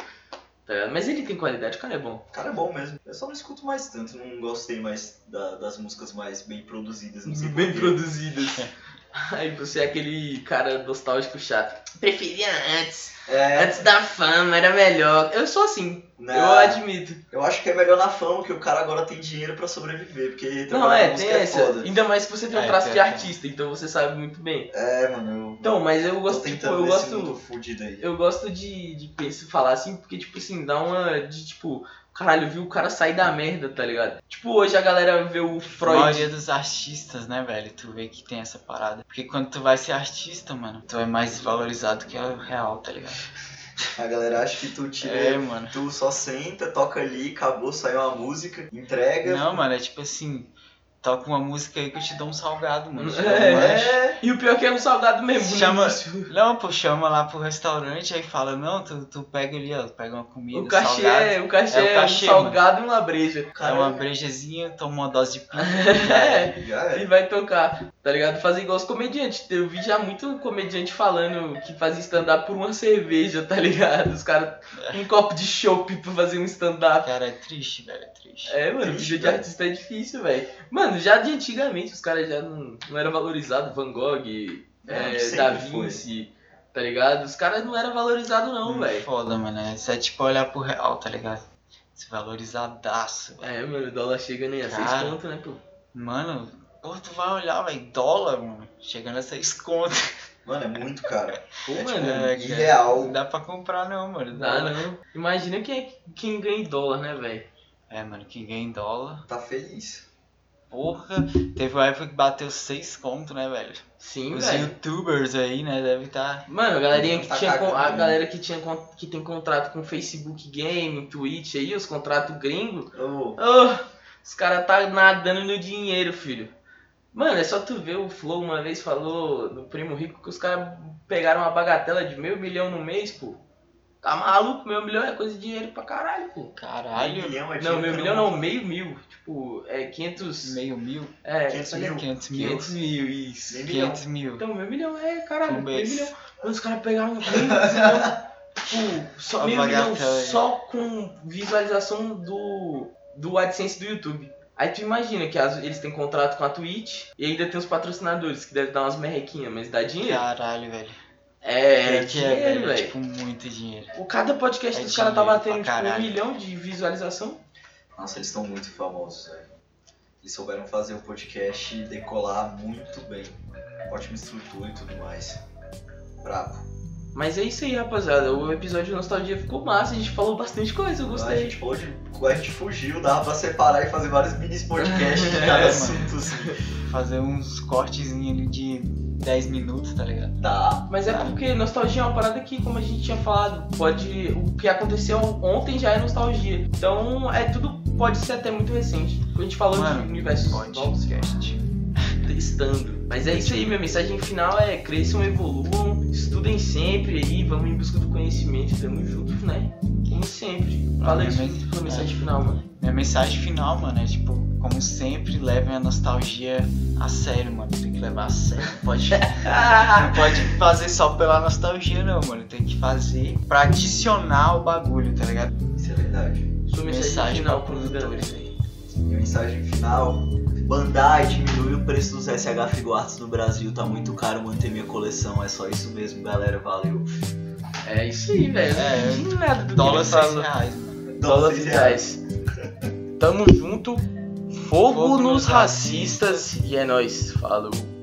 [SPEAKER 1] Tá ligado? Mas ele tem qualidade, o cara é bom.
[SPEAKER 3] O cara é bom mesmo. Eu só não escuto mais tanto, não gostei mais da- das músicas mais bem produzidas, não sei
[SPEAKER 1] Bem
[SPEAKER 3] porquê.
[SPEAKER 1] produzidas. Aí você é aquele cara nostálgico chato. Preferia antes.
[SPEAKER 3] É,
[SPEAKER 1] Antes da fama, era melhor. Eu sou assim, eu
[SPEAKER 3] né?
[SPEAKER 1] admito.
[SPEAKER 3] Eu acho que é melhor na fama que o cara agora tem dinheiro pra sobreviver, porque
[SPEAKER 1] Não,
[SPEAKER 3] trabalhar
[SPEAKER 1] é,
[SPEAKER 3] com
[SPEAKER 1] tem
[SPEAKER 3] música é
[SPEAKER 1] essa.
[SPEAKER 3] foda.
[SPEAKER 1] Ainda mais se você tem um
[SPEAKER 2] É,
[SPEAKER 1] traço
[SPEAKER 2] tem
[SPEAKER 1] de
[SPEAKER 2] essa.
[SPEAKER 1] artista, então você sabe muito bem.
[SPEAKER 3] É, mano, eu
[SPEAKER 1] Então, mas eu
[SPEAKER 3] tô
[SPEAKER 1] gosto, tipo,
[SPEAKER 3] tentando
[SPEAKER 1] eu
[SPEAKER 3] ver esse mundo
[SPEAKER 1] gosto.
[SPEAKER 3] fudido aí.
[SPEAKER 1] Eu gosto de, de pensar, falar assim, porque, tipo assim, dá uma. De tipo, caralho, viu o cara sair da merda, tá ligado? Tipo, hoje a galera vê o
[SPEAKER 2] A
[SPEAKER 1] Freud. É.
[SPEAKER 2] maioria dos artistas, né, velho? Tu vê que tem essa parada. Porque quando tu vai ser artista, mano, tu é mais valorizado que o real, tá ligado?
[SPEAKER 3] A galera acha que tu tira...
[SPEAKER 2] É, mano.
[SPEAKER 3] Tu só senta, toca ali, acabou, saiu uma música, entrega.
[SPEAKER 2] Não, mano, é tipo assim, toca uma música aí que eu te dou um salgado, mano. Te dou um lanche.
[SPEAKER 1] É, e o pior é que é um salgado mesmo. né?
[SPEAKER 2] Se
[SPEAKER 1] no
[SPEAKER 2] chama-
[SPEAKER 1] início.
[SPEAKER 2] Não, pô, chama lá pro restaurante aí fala, não, tu, tu pega ali, ó, pega uma comida,
[SPEAKER 1] O cachê,
[SPEAKER 2] salgado,
[SPEAKER 1] é, o cachê
[SPEAKER 2] É o
[SPEAKER 1] é,
[SPEAKER 2] cachê,
[SPEAKER 1] um salgado e uma breja.
[SPEAKER 2] dá é uma
[SPEAKER 3] Caralho,
[SPEAKER 2] brejezinha, toma uma dose de pinga.
[SPEAKER 1] É.
[SPEAKER 3] já
[SPEAKER 1] E
[SPEAKER 3] é.
[SPEAKER 1] vai tocar, tá ligado? Fazer igual os comediantes. Eu vi já muito comediante falando que fazia stand-up por uma cerveja, tá ligado? Os caras, um copo de chopp pra fazer um stand-up.
[SPEAKER 2] Cara, é triste, velho, é triste.
[SPEAKER 1] É, mano,
[SPEAKER 3] Triste,
[SPEAKER 1] vida de
[SPEAKER 3] velho.
[SPEAKER 1] artista é difícil, velho. Mano, já de antigamente os caras já não, não eram valorizados. Van Gogh,
[SPEAKER 3] Não,
[SPEAKER 1] é,
[SPEAKER 3] sempre
[SPEAKER 1] Da
[SPEAKER 3] foi.
[SPEAKER 1] Vinci, tá ligado? Os caras não eram valorizados, não,
[SPEAKER 2] Hum,
[SPEAKER 1] velho.
[SPEAKER 2] Foda, mano. é- Isso é tipo olhar pro real, tá ligado? Se valorizadaço, velho.
[SPEAKER 1] É, mano, o dólar chega nem a seis
[SPEAKER 2] Cara.
[SPEAKER 1] conto, né, pô?
[SPEAKER 2] Mano, pô, tu vai olhar, velho, dólar, mano. Chegando a 6 contas.
[SPEAKER 3] Mano, é muito cara.
[SPEAKER 1] Pô,
[SPEAKER 3] É, tipo,
[SPEAKER 1] mano,
[SPEAKER 2] É, cara,
[SPEAKER 3] irreal.
[SPEAKER 2] Não dá pra comprar, não, mano.
[SPEAKER 1] dá
[SPEAKER 2] dólar.
[SPEAKER 1] não. Imagina quem, é- quem ganha em dólar, né, velho?
[SPEAKER 2] É, mano, que ganha em dólar.
[SPEAKER 3] Tá feliz.
[SPEAKER 2] Porra, teve uma época que bateu 6 contos, né, velho?
[SPEAKER 1] Sim,
[SPEAKER 2] Os
[SPEAKER 1] velho.
[SPEAKER 2] youtubers aí, né, deve estar.
[SPEAKER 1] Mano, a galerinha
[SPEAKER 3] Não
[SPEAKER 1] que
[SPEAKER 3] tá
[SPEAKER 1] tinha con- a
[SPEAKER 3] cagando, né?
[SPEAKER 1] galera que tinha con- que tem contrato com Facebook Game, Twitch aí, os contratos gringo,
[SPEAKER 3] Ô,
[SPEAKER 1] oh, os cara tá nadando no dinheiro, filho. Mano, é só tu ver o Flow uma vez falou do primo rico que os caras pegaram uma bagatela de meio milhão no mês, pô. Tá maluco, meio milhão é coisa de dinheiro pra caralho, pô.
[SPEAKER 3] meio
[SPEAKER 2] Caralho,
[SPEAKER 3] milhão é
[SPEAKER 1] Não,
[SPEAKER 3] dinheiro
[SPEAKER 1] meio
[SPEAKER 3] pra
[SPEAKER 1] milhão
[SPEAKER 3] um-
[SPEAKER 1] não, meio mil. Tipo, é 500.
[SPEAKER 2] meio mil,
[SPEAKER 1] É,
[SPEAKER 3] 500 mil.
[SPEAKER 2] 500 mil,
[SPEAKER 1] 500 mil, isso.
[SPEAKER 3] Meio milhão.
[SPEAKER 2] 500 mil.
[SPEAKER 1] Então, meio milhão é,
[SPEAKER 2] Um
[SPEAKER 1] caralho, meio
[SPEAKER 2] mês.
[SPEAKER 1] milhão. Quando os caras pegaram um milhão, tipo, só,
[SPEAKER 2] Uma né?
[SPEAKER 1] meio milhão
[SPEAKER 2] bagatela, hein?
[SPEAKER 1] só com visualização do, do AdSense do YouTube. Aí tu imagina que as- eles têm contrato com a Twitch e ainda tem os patrocinadores que devem dar umas merrequinhas, mas dá dinheiro?
[SPEAKER 2] Caralho, velho.
[SPEAKER 1] É, é
[SPEAKER 2] Pior que
[SPEAKER 1] dinheiro, velho.
[SPEAKER 2] Tipo, muito dinheiro.
[SPEAKER 1] O cada podcast
[SPEAKER 2] É
[SPEAKER 1] dos caras tá
[SPEAKER 2] dinheiro
[SPEAKER 1] batendo
[SPEAKER 2] pra
[SPEAKER 1] tipo, um
[SPEAKER 2] caralho.
[SPEAKER 1] milhão de visualização.
[SPEAKER 3] Nossa, eles estão muito famosos, velho. Eles souberam fazer o podcast decolar muito bem. Ótima estrutura e tudo mais. Bravo.
[SPEAKER 1] Mas é isso aí, rapaziada. O episódio de Nostalgia ficou massa, a gente falou bastante coisa, eu
[SPEAKER 3] Então, A
[SPEAKER 1] gostei.
[SPEAKER 3] gente, falou de- a gente fugiu, dava pra separar e fazer vários mini podcasts de cada
[SPEAKER 2] É,
[SPEAKER 3] assunto, assim.
[SPEAKER 2] Fazer uns cortezinhos ali de 10 minutos, tá ligado?
[SPEAKER 3] Tá.
[SPEAKER 1] Mas é porque nostalgia é uma parada que, como a gente tinha falado, pode. O que aconteceu ontem já é nostalgia. Então é tudo. Pode ser até muito recente. A gente falou
[SPEAKER 2] Mano,
[SPEAKER 1] de universos novos
[SPEAKER 2] Podcast.
[SPEAKER 1] testando. Mas é isso aí, minha mensagem final é cresçam, evoluam, estudem sempre aí, vamos em busca do conhecimento, tamo junto, né? Como sempre. Fala
[SPEAKER 2] Minha
[SPEAKER 1] isso
[SPEAKER 2] mens-
[SPEAKER 1] tua mensagem final, mano.
[SPEAKER 2] Minha mensagem final, mano, é tipo, como sempre, levem a nostalgia a sério, mano. Tem que levar a sério. Não Pode, não pode fazer só pela nostalgia, não, mano. Tem que fazer pra adicionar o bagulho, tá ligado?
[SPEAKER 3] Isso é verdade.
[SPEAKER 1] Sua mensagem,
[SPEAKER 2] Mensagem pra
[SPEAKER 1] final pros
[SPEAKER 2] produtores
[SPEAKER 1] produtores.
[SPEAKER 2] aí.
[SPEAKER 3] Minha mensagem final. Bandai diminui o preço dos SH Figuarts no Brasil, tá muito caro manter minha coleção, é só isso mesmo, galera, valeu.
[SPEAKER 1] É isso aí, velho.
[SPEAKER 2] É,
[SPEAKER 1] Não entendi nada do que
[SPEAKER 2] Dólar
[SPEAKER 1] ele
[SPEAKER 2] 6
[SPEAKER 1] falou.
[SPEAKER 2] reais,
[SPEAKER 1] dólares reais. Tamo junto. Fogo,
[SPEAKER 2] Fogo
[SPEAKER 1] nos
[SPEAKER 2] nos
[SPEAKER 1] racistas. E é nóis. Falou.